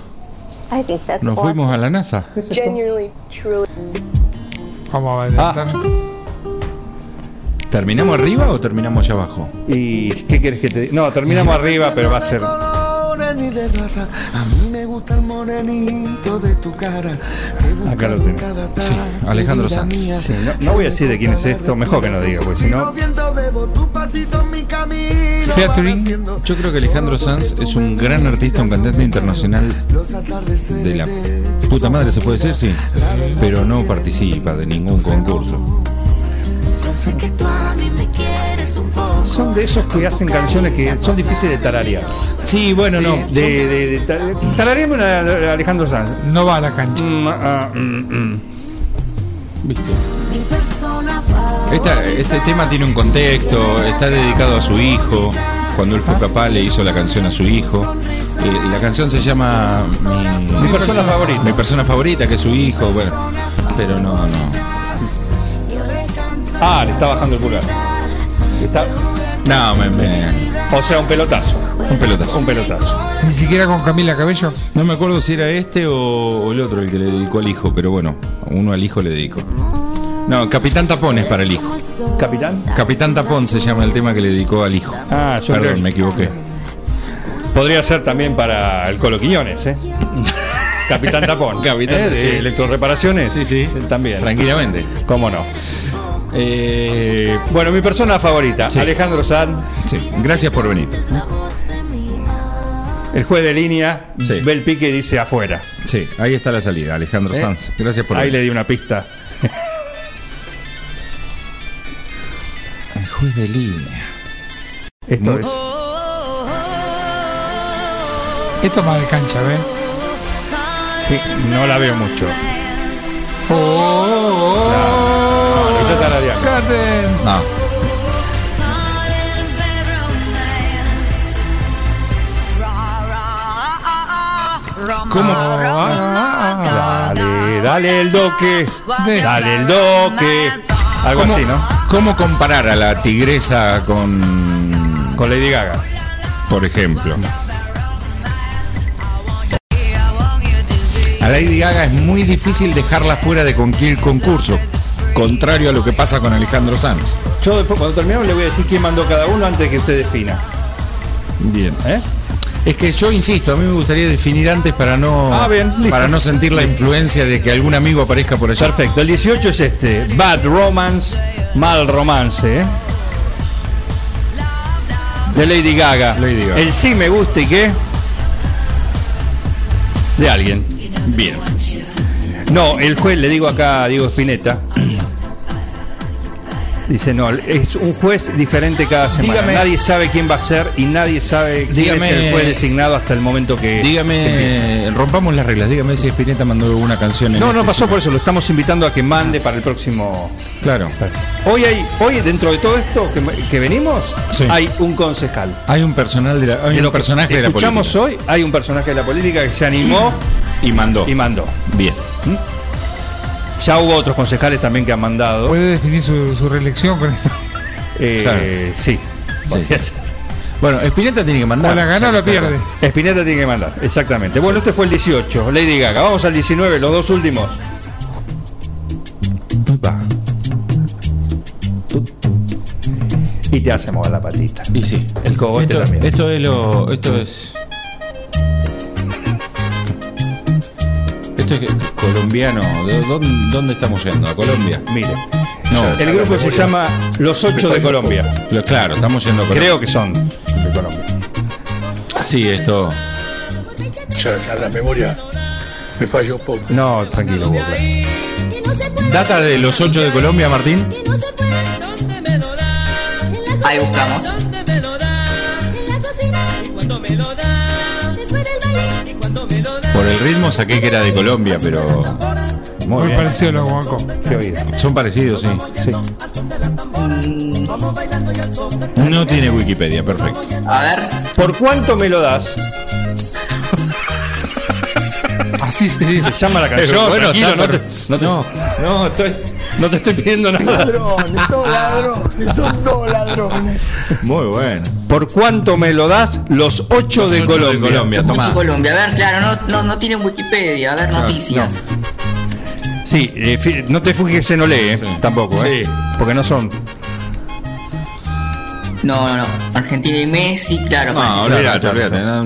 K: I think that's
F: Nos fuimos a la NASA.
K: awesome. Genuinely, truly.
G: Vamos a bailar.
F: ¿Terminamos arriba o terminamos allá abajo?
D: ¿Y qué quieres que te diga? No, terminamos arriba, pero va a ser.
R: Moreni de raza, a mí me gusta el morenito de tu cara. Te busco
D: Acá lo
R: en
D: tenemos.
R: cada
D: Sí,
R: Alejandro Sanz.
D: Sí, no, no voy a decir de quién es esto, mejor que no diga, porque si no.
R: Viendo bebo tu pasito en mi camino.
F: Yo creo que Alejandro Sanz es un gran artista, un cantante internacional
R: Los atardeceres
F: de la puta madre, se puede decir, sí. Pero no participa de ningún concurso.
M: Yo sé que tú a mí me quieres un poco.
D: Son de esos que hacen canciones que son difíciles de tararear.
F: Sí, bueno,
D: no. De, de, de tar- tarareame una de Alejandro Sanz.
G: No va a la cancha.
F: ¿Viste?
M: Mi persona favorita.
F: Esta- este tema tiene un contexto, está dedicado a su hijo. Cuando él fue papá le hizo la canción a su hijo. Eh, la canción se llama Mi,
D: Mi persona favorita.
F: Mi persona favorita, que es su hijo, bueno. Pero no, no.
D: Ah, le está bajando el pulgar. Está,
F: No, me, me-
D: o sea, un pelotazo.
F: un pelotazo.
D: Un pelotazo.
G: Ni siquiera con Camila Cabello.
F: No me acuerdo si era este o, o el otro el que le dedicó al hijo, pero bueno, uno al hijo le dedicó. No, Capitán Tapón es para el hijo.
D: ¿Capitán?
F: Capitán Tapón se llama el tema que le dedicó al hijo.
D: Ah, yo
F: Perdón,
D: creo-
F: me equivoqué.
D: Podría ser también para el Colo Quiñones, ¿eh? Capitán Tapón.
F: Capitán,
D: ¿eh? De
F: sí.
D: Electrorreparaciones. Sí, sí. También.
F: Tranquilamente.
D: ¿Cómo no? Eh, bueno, mi persona favorita,
F: Sí.
D: Alejandro San,
F: Sí, gracias por venir.
D: el juez de línea,
F: Sí.
D: ve el pique y dice afuera.
F: Sí, ahí está la salida, Alejandro
D: ¿Eh?
F: Sanz. Gracias por
D: Ahí
F: venir.
D: le di una pista.
F: El juez de línea.
D: Esto
F: Mu-
D: es.
G: Esto es más de cancha, ¿ves?
D: Sí, no la veo mucho.
G: Oh, oh,
D: No, no, esa está la diabla.
G: Carden.
F: No.
D: ¿Cómo?
G: Ah,
F: ah.
D: Dale, dale el doque. Dale el doque. Algo
F: ¿Cómo-
D: así, ¿no?
F: ¿Cómo comparar a la tigresa con.
D: Con Lady Gaga.
F: Por ejemplo. A Lady Gaga es muy difícil dejarla fuera de con el concurso. Contrario a lo que pasa con Alejandro Sanz.
D: Yo después, cuando terminemos, le voy a decir quién mandó cada uno antes de que usted defina.
F: Bien.
D: ¿Eh?
F: Es que yo insisto, a mí me gustaría definir antes para no
D: Ah, bien, listo.
F: para no sentir la influencia de que algún amigo aparezca por allá.
D: Perfecto. El 18 es este. Bad Romance, Mal Romance. ¿eh? De Lady Gaga.
F: Lady Gaga.
D: El sí me gusta y qué. De alguien.
F: Bien.
D: No, el juez, le digo acá a Diego Espineta. Dice, no, es un juez diferente cada semana.
F: Dígame-
D: nadie sabe quién va a ser y nadie sabe quién
F: Dígame-
D: es el juez designado hasta el momento que. que empiece.
F: Dígame, rompamos las reglas. Dígame si Spinetta mandó una canción en
D: No, no
F: este
D: pasó
F: cine.
D: por eso, lo estamos invitando a que mande para el próximo.
F: Claro.
D: Hoy hay, hoy dentro de todo esto que, que venimos,
F: Sí.
D: hay un concejal.
F: Hay un personal de la, hay
D: De
F: un
D: lo que
F: personaje de la
D: escuchamos
F: política. Oh.
D: hoy, hay un personaje de la política que se animó
F: y mandó.
D: y mandó.
F: Bien.
D: Ya hubo otros concejales también que han mandado.
G: Puede definir su, su reelección con esto.
D: Eh,
F: Claro.
D: Sí.
F: Sí, sí. Bueno, Spinetta tiene que mandar.
G: O la gana o la pierde.
D: Espineta tiene que mandar, exactamente. Bueno, este fue el 18, Lady Gaga. Vamos al 19, los dos últimos.
F: Va.
D: Y te hace mover la patita.
F: Y sí.
D: El cogote
F: Esto,
D: también.
F: esto es lo. Esto es. Esto es colombiano. ¿De dónde, dónde estamos yendo? ¿A Colombia?
D: Mire.
F: No.
D: El grupo se llama Los Ocho de Colombia.
F: Lo- claro, estamos yendo a Colombia.
D: Creo que son de Colombia.
F: Sí, esto.
Q: Ya, ya la memoria me falló un poco.
D: No, tranquilo, Bocla.
F: Data de los ocho de Colombia, Martín.
I: Ahí buscamos.
P: Cuando me lo das,
F: Por el ritmo saqué que era de Colombia, pero.
G: Muy,
F: bien.
G: parecido a los guancos.
F: Son parecidos, sí. Mm. No tiene Wikipedia, perfecto.
I: A ver.
D: ¿Por cuánto me lo das?
G: Así se dice.
D: llama la canción.
F: Pero bueno,
D: tranquilo,
F: está
D: no, te, no, te- no, estoy, no te estoy pidiendo nada.
J: Ladrones, dos ladrones, son dos ladrones.
F: Muy bueno.
D: ¿Por cuánto me lo das? Los ocho
F: Los
D: de
F: ocho de
D: Colombia.
F: Colombia, tomá.
I: Mucho Colombia, a ver, claro, no, no, no tienen Wikipedia, a ver,
D: Claro,
I: noticias.
D: Sí, eh, fi- no te fujes se no lee, eh, tampoco, ¿eh? Porque no son.
I: No, no, no. Argentina y Messi, claro.
F: No,
I: parece.
F: olvídate, olvídate. No.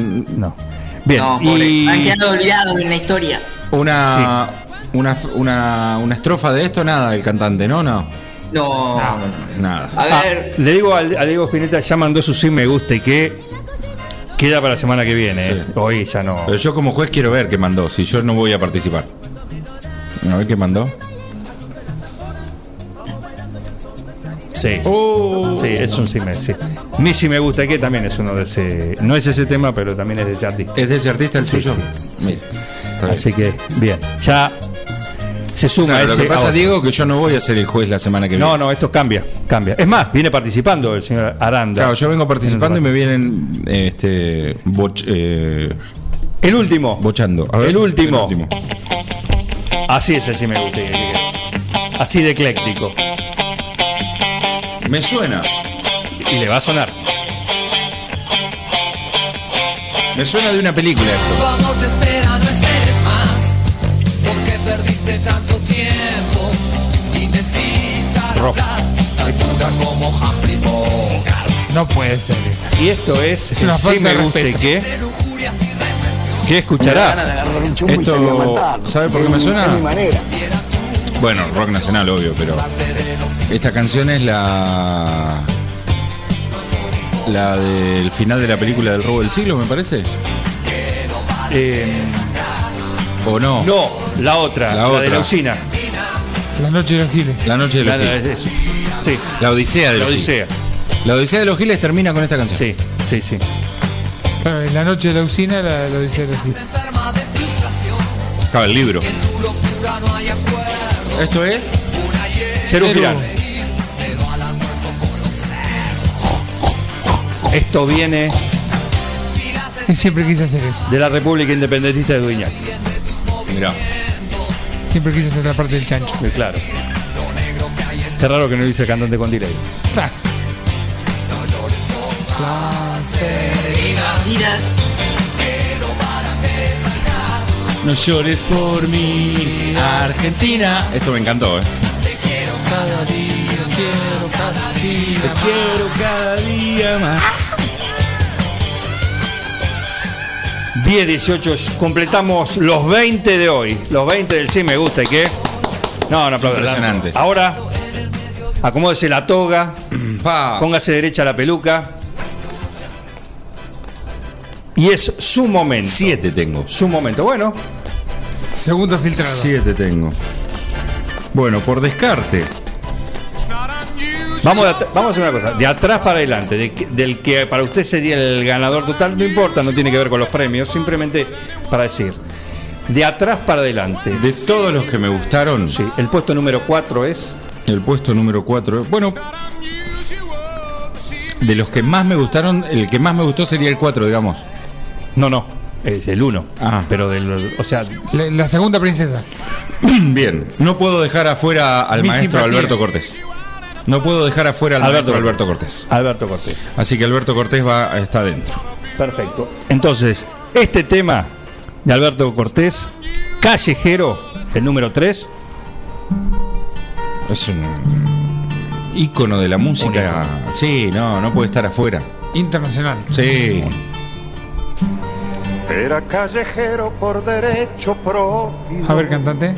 D: Bien,
I: No, pobre. Han quedado olvidados en la historia.
F: Una, una, una, una estrofa de esto, nada, del cantante, ¿no? No.
I: No.
F: Ah, Nada.
I: A ver,
D: Ah, Le digo al- a Diego Spinetta, ya mandó su sí me gusta y que queda para la semana que viene. ¿eh? Hoy ya no.
F: Pero yo como juez quiero ver qué mandó, si yo no voy a participar. A ver qué mandó.
D: Sí.
F: Oh.
D: Sí, es un sí me, sí. Mi sí me gusta que también es uno de ese. No es ese tema, pero también es de ese artista.
F: ¿Es de ese artista el suyo? Mira.
D: Así que, bien. Ya se suma
F: Claro,
D: ese.
F: lo que pasa,
D: ahora.
F: Diego, que yo no voy a ser el juez la semana que viene.
D: No, no, esto cambia, cambia. Es más, viene participando el señor Aranda.
F: Claro, yo vengo participando y me vienen este boch- eh,
D: El último.
F: bochando. A ver,
D: El último. Así es el sí me gusta. que querés. Así de ecléctico.
F: Me suena.
D: Y le va a sonar.
F: Me suena de una película
J: Tu
F: esto.
J: amor te espera, no esperes más. Porque perdiste tanto tiempo. Indecisa al
D: Rock.
J: hablar, tan dura como Humphrey Bogart.
G: No puede ser.
D: Si esto es,
G: Es
D: el
G: una
D: sí
G: falta de
D: me gusta
G: respeto.
D: que. ¿Qué
F: Me dan ganas de
D: escuchará?
F: agarrar Esto, ¿sabe por qué me suena? Bueno, rock nacional, obvio, pero esta canción es la la del final de la película del robo del siglo, me parece. ¿O no?
D: No, la otra, eh, la,
F: La
D: de
F: otra.
D: la usina.
G: La noche de los giles.
F: La noche de los
D: La- la-
F: Giles.
D: es- sí,
F: La odisea de
D: la
F: los
D: odisea.
F: Giles. La odisea de los Giles termina con esta canción.
D: Sí, sí, sí.
G: Claro, en la noche de la usina la, la dice los giles.
J: Enferma de frustración,
F: Estaba el libro.
J: tu locura no hay acuerdo.
F: Esto es
D: Ser un
F: Ser
D: pirano. Esto viene
G: Y siempre quise hacer eso.
D: de la República Independentista de Duñac. eh,
F: Mirá.
G: Siempre quise hacer la parte del chancho.
D: Sí, claro. Qué raro que no dice cantante con delay.
G: Claro.
I: mira,
F: No llores por mí, Argentina. Esto me encantó, ¿eh?
J: Cada día, quiero cada día.
F: Te quiero cada día más.
D: 10, 18, completamos los 20 de hoy. Los 20 del sí me gusta y qué. No, no aplaudo.
F: Impresionante.
D: Ahora, acomódese la toga,
S: Ah.
F: Pa.
D: póngase derecha la peluca. Y es su momento.
F: Siete tengo.
D: Su momento. Bueno,
G: Segundo filtrado.
F: Siete tengo. Bueno, por descarte.
D: vamos, de at- vamos a hacer una cosa. De atrás para adelante, de que- del que para usted sería el ganador total, no importa, no tiene que ver con los premios, simplemente para decir. De atrás para adelante.
F: De todos los que me gustaron,
D: Sí, el puesto número 4 es.
F: el puesto número 4. Bueno, de los que más me gustaron, el que más me gustó sería el 4, digamos.
D: No, no, es el 1.
F: Ah.
D: Pero del. O sea,
G: La, la segunda princesa.
F: Bien, no puedo dejar afuera al
G: Mi
F: maestro
G: simpatía.
F: Alberto Cortés. No puedo dejar afuera al
D: Alberto
F: maestro Alberto Cortés.
D: Alberto Cortés.
F: Así que Alberto Cortés va está adentro.
D: Perfecto. Entonces, este tema de Alberto Cortés, Callejero, el número 3.
F: Es un ícono de la música. Sí, no, no puede estar afuera.
G: Internacional.
F: Sí.
E: Era callejero por derecho propio.
G: A ver, cantante.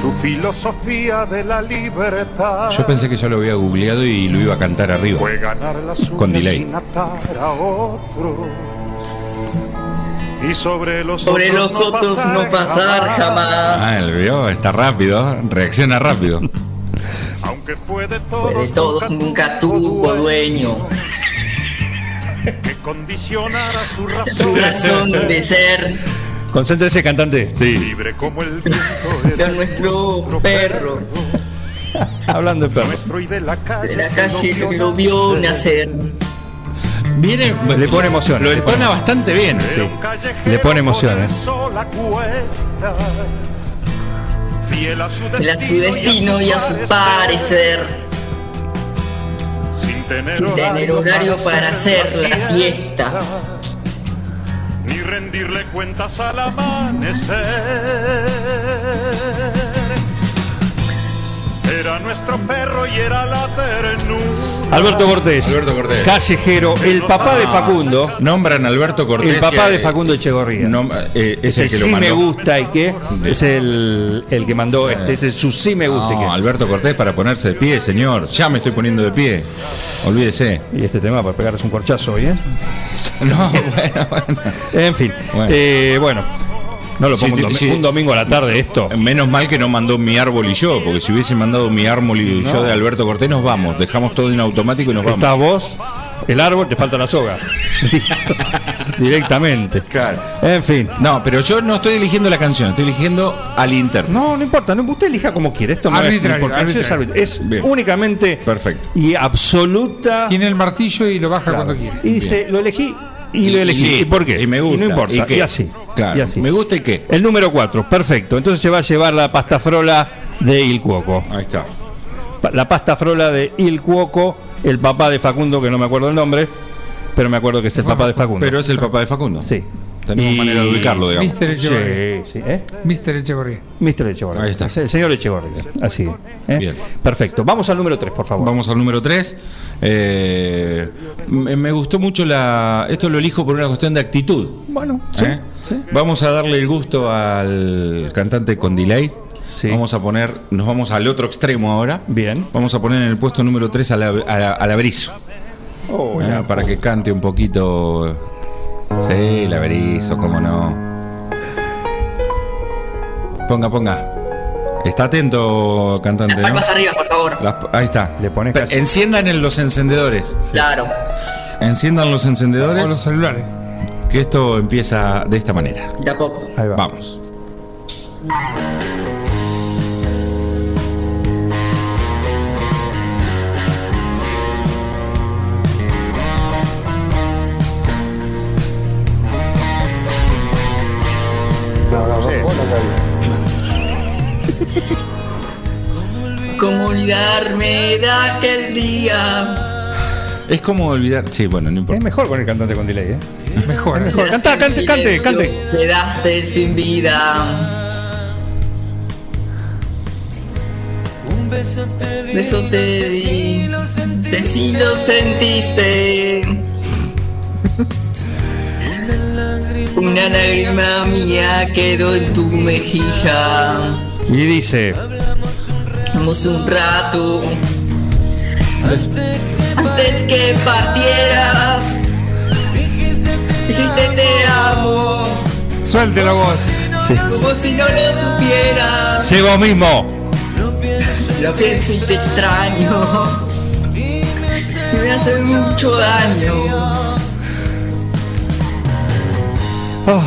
E: Su filosofía de la libertad.
F: Yo pensé que yo lo había googleado y lo iba a cantar arriba.
E: Fue ganar las
F: Con
E: uñas
F: delay.
E: sin atar a otro. Y sobre los
I: sobre
E: otros,
I: los otros no pasar jamás.
F: Ah, el vio, está rápido, reacciona rápido.
E: Aunque fue de
I: Fue
E: todo.
I: De todos nunca tuvo dueño.
E: Que condicionara su
I: Su
E: razón.
I: razón de ser
D: Concéntrese, cantante.
E: Sí. Libre como el viento
I: de nuestro perro.
D: Hablando de perro.
E: y de la
I: De
E: calle.
I: la calle que lo vio nacer.
D: Viene, le pone emoción.
S: Lo
D: le pone-
S: entona bastante bien.
D: Le pone emoción. eh.
E: Sola cuesta. Fiel a su
I: Fiel a su destino y a su parecer.
E: Sin tener,
I: Sin tener horario para hacer la siesta.
E: Ni rendirle cuentas al amanecer. Era nuestro perro y era la ternura.
D: Alberto Cortés.
S: Alberto Cortés.
D: Callejero, el papá de
S: Ah.
D: Facundo.
F: Nombran a Alberto Cortés.
D: El papá
F: eh,
D: de Facundo Echegoría.
F: nom- eh,
D: es, el,
F: que lo
D: sí
F: mandó.
D: me gusta y qué. Es el, el que mandó este, este es su sí me gusta y
F: No,
D: qué.
F: Alberto Cortés para ponerse de pie, señor. Ya me estoy poniendo de pie. Olvídese.
D: Y este tema para pegarles un corchazo hoy, ¿eh?
F: No, bueno, bueno.
D: En fin.
F: Bueno.
D: Eh, bueno. No lo pongo un, domi- un domingo a la tarde esto.
F: Menos mal que no mandó mi árbol y yo, porque si hubiese mandado mi árbol y
D: No.
F: yo de Alberto Cortés, nos vamos. Dejamos todo en automático y nos vamos.
D: Estás vos, el árbol, te falta la soga. Directamente. En fin.
F: No, pero yo no estoy eligiendo la canción, estoy eligiendo al interno.
D: No, no importa, no, usted elija como quiere. Esto no
G: Arbitrario,
D: es importante, es
G: arbitrario.
D: arbit- Es únicamente
F: Perfecto.
D: y absoluta.
G: Tiene el martillo y lo baja cuando quiere.
D: Y dice, lo elegí y lo elegí. ¿Y,
F: listo.
D: por qué?
F: Y me gusta.
D: no importa.
F: ¿Y
D: ¿Y,
F: qué?
D: así.
F: Claro.
D: Y así. Eh.
F: ¿Me gusta y qué?
D: El número 4, perfecto. Entonces se va a llevar la pasta frola de Il Cuoco.
F: Ahí está.
D: Pa- La pasta frola de Il Cuoco, el papá de Facundo, que no me acuerdo el nombre, pero me acuerdo que es el papá de Facundo.
F: Pero es el papá de Facundo.
D: Sí.
F: Tenemos
D: Y-
F: manera de ubicarlo, digamos.
G: Mister Echevarría.
D: Sí, sí, ¿eh?
G: Mister Echevarría.
D: Mr. Echevarría.
F: Ahí está.
D: El señor Echevarría. Así. ¿eh?
F: Bien.
D: Perfecto. Vamos al número 3, por favor.
F: Vamos al número 3. me me gustó mucho la. Esto lo elijo por una cuestión de actitud.
D: Bueno,
F: ¿eh? Vamos a darle el gusto al cantante con delay.
D: Sí.
F: Vamos a poner, nos vamos al otro extremo ahora.
D: Bien.
F: Vamos a poner en el puesto número 3 a la, a la- a la Brizo,
D: Oh,
F: ¿eh? para que cante un poquito. Sí, la Brizo, cómo no. Ponga, ponga. Está atento, cantante. ¿no?
I: Palmas arriba, por favor.
F: Las- ahí está.
D: Le pones
F: Pero
D: casi-
F: Enciendan en los encendedores.
I: Claro.
F: Enciendan los
G: O los
F: encendedores.
G: celulares.
F: Que esto empieza de esta manera.
I: De a poco.
D: Ahí va.
F: Vamos.
I: Como olvidarme de aquel día.
F: Es como olvidar. Sí, bueno, no importa.
D: Es mejor con el cantante con delay, ¿eh?
G: Mejor. ¿eh?
D: Mejor. Canta, cante, cante, cante.
I: Quedaste sin vida.
J: Un beso te di,
I: Beso te di.
J: lo
I: Sé si lo sentiste. Una lágrima mía quedó en tu mejilla.
D: Y dice.
I: Vamos un rato antes que partieras. Dijiste te amo,
G: Suelte la voz.
D: Sí.
I: como si no lo supieras.
D: Sí, vos mismo.
I: Lo pienso y te extraño. Y me hace mucho daño.
D: Oh,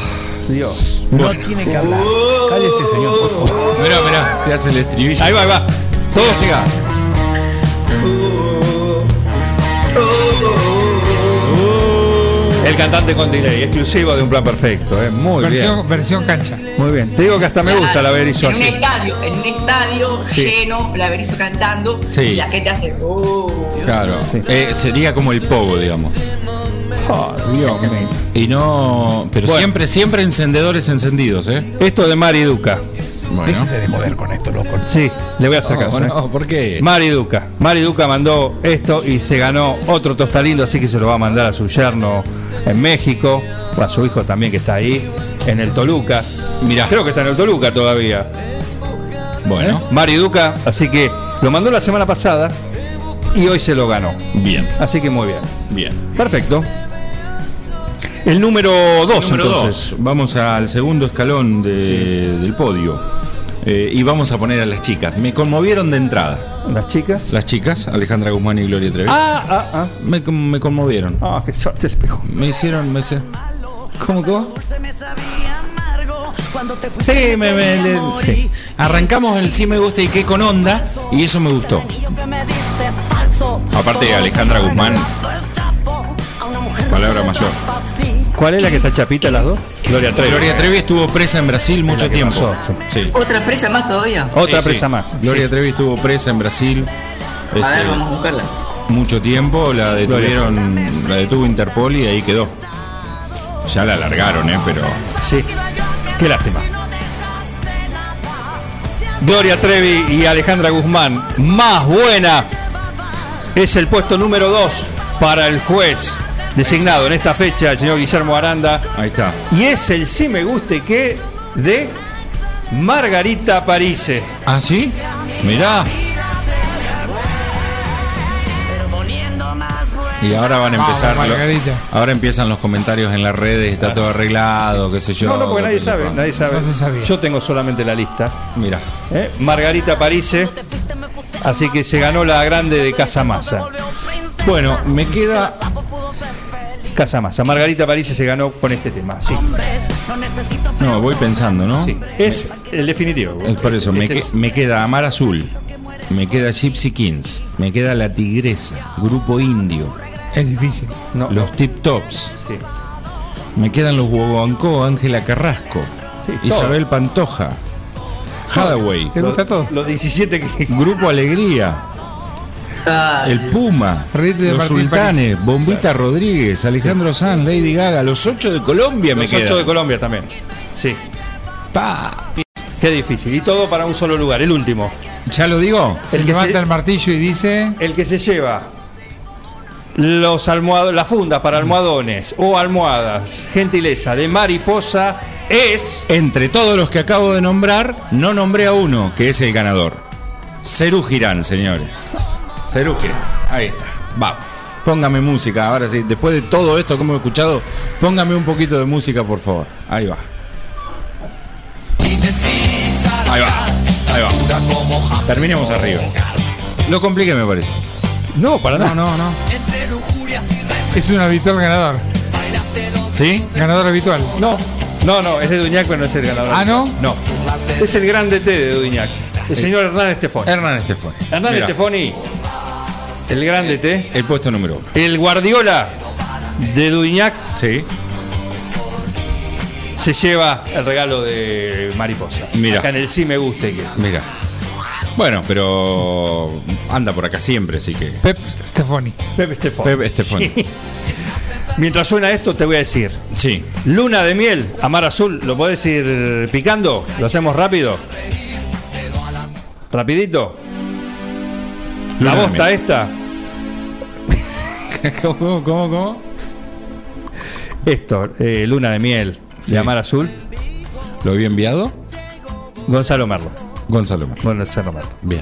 D: Dios. No tiene que hablar. Cállese, señor, por favor.
F: Mirá, mirá, te hace el estribillo.
D: Ahí va, ahí va. Todo llega. El cantante con delay, exclusivo de un plan perfecto. ¿eh? Muy bien.
G: Versión, versión cancha.
D: Muy bien. Te digo que hasta me gusta la Berizzo
I: En un
D: así.
I: estadio, en un estadio
D: Sí.
I: lleno, la Berizzo cantando
F: Sí.
I: y la gente hace. "Oh".
F: Claro. Eh, sería como el pogo, digamos.
D: Oh, Dios mío.
F: Y no. Pero
D: Bueno.
F: siempre, siempre encendedores encendidos, ¿eh?
D: Esto de Mari Duca.
F: Bueno.
S: Este de joder con esto, loco.
D: Sí, le voy a sacar.
F: No, no, ¿por qué?
D: Mari Duca. Mari Duca mandó esto y se ganó otro tostalindo, así que se lo va a mandar a su yerno en México, o a su hijo también que está ahí, en el Toluca.
F: Mirá.
D: Creo que está en el Toluca todavía.
F: Bueno,
D: Mari Duca, así que lo mandó la semana pasada y hoy se lo ganó.
F: bien,
D: Así que muy bien.
F: bien.
D: Perfecto. El número 2,
F: Número
D: entonces.
F: dos, Vamos al segundo escalón de- del podio. Eh, y vamos a poner a las chicas. Me conmovieron de entrada.
D: Las chicas.
F: Las chicas, Alejandra Guzmán y Gloria Trevi.
D: Ah, ah, ah.
F: Me, con- me conmovieron.
D: Ah, qué suerte se pegó.
F: Me hicieron. Me hicieron- ¿Cómo que vos?
H: Dulce me sabía amargo.
T: Sí, me, me- le- sí. Arrancamos el sí me gusta y qué con onda y eso me gustó.
F: Aparte, Alejandra Guzmán. Palabra mayor.
D: ¿Cuál es la que está chapita las dos? Gloria Trevi.
F: Gloria Trevi estuvo presa en Brasil mucho tiempo. Sí.
I: Otra presa más todavía.
F: Sí, sí. Gloria Trevi estuvo presa en Brasil.
I: A ver,
F: este,
I: vamos a buscarla.
F: Mucho tiempo, la detuvieron, la detuvo Interpol y ahí quedó. Ya la alargaron, ¿eh? Pero.
D: Sí. Qué lástima. Gloria Trevi y Alejandra Guzmán, más buena, es el puesto número 2 para el juez designado en esta fecha, el señor Guillermo Aranda.
F: Ahí está.
D: Y es el sí me guste que de Margarita Parise.
F: ¿Ah, sí? Mirá. Y ahora van a
D: Vamos,
F: empezar. lo-
D: Margarita.
F: ahora empiezan los comentarios en las redes, está todo arreglado, qué sé yo.
D: no, no, porque nadie sabe, nadie sabe.
F: No se sabía.
D: Yo tengo solamente la lista.
F: Mira.
D: ¿Eh? Margarita Parise, así que se ganó la grande de Casamasa.
F: Bueno, me queda
D: Casamasa. Margarita Parise se ganó con este tema, sí.
F: No, voy pensando, ¿no?
D: Sí. Es el definitivo.
F: Es por eso, me,
D: Este
F: que-
D: es-
F: me queda Amar Azul, me queda Gypsy Kings, me queda La Tigresa, Grupo Indio.
G: Es difícil.
F: Los Tip Tops.
D: Sí.
F: Me quedan los Huevoancó, Ángela Carrasco,
D: Sí,
F: Isabel Pantoja, Hadaway.
G: ¿Te gusta todo?
D: Los 17 que.
F: Grupo Alegría. El Puma,
G: Ritmo de
F: los
G: Martín
F: Sultanes, Bombita Rodríguez, Alejandro Sanz, Lady Gaga, los ocho de Colombia me
D: Los
F: quedan.
D: ocho de Colombia también. Sí.
F: Pa.
D: Qué difícil. Y todo para un solo lugar, el último.
F: ¿Ya lo digo?
G: Se
D: El que
G: levanta
D: se-
G: el martillo y dice.
D: El que se lleva los almohado- las fundas para almohadones o almohadas, gentileza, de mariposa, es.
F: Entre todos los que acabo de nombrar, no nombré a uno, que es el ganador. Cerú Girán, señores. Cerú Girán. Ahí está. Vamos. Póngame música, ahora sí. Después de todo esto que hemos escuchado, póngame un poquito de música, por favor. Ahí va. Ahí va. Ahí va. Terminemos arriba. Lo compliqué, me parece.
D: No, para
G: nada. No, no, no. Es un habitual ganador.
F: ¿Sí?
G: Ganador habitual.
D: No. No, no, es de Duñac, pero no es el ganador.
G: Ah, ¿no?
D: No. Es el gran DT de Duñac. El señor Hernán Estefón.
F: Hernán Estefón.
D: Hernán
F: Mirá.
D: Estefoni, el gran DT.
F: El puesto número uno.
D: El Guardiola de Duñac
F: Sí.
D: se lleva el regalo de Mariposa.
F: Mirá.
D: Acá en el sí me gusta. y que-
F: Mira. Bueno, pero anda por acá siempre, así que.
G: Pep Stefani.
D: Pepe Estefón.
F: Pepe Estefón.
D: Sí. Mientras suena esto, te voy a decir.
F: Sí.
D: Luna de miel, Amar Azul, ¿lo podés ir picando? ¿Lo hacemos rápido? ¿Rapidito?
F: Luna
D: ¿La
F: de
D: bosta
F: miel.
D: esta?
G: ¿Cómo, cómo, cómo?
D: Esto, eh, Luna de miel
F: Sí.
D: de Amar Azul,
F: ¿Lo había enviado?
D: Gonzalo Merlo.
F: Gonzalo Mar.
D: Gonzalo Merlo.
F: Bien.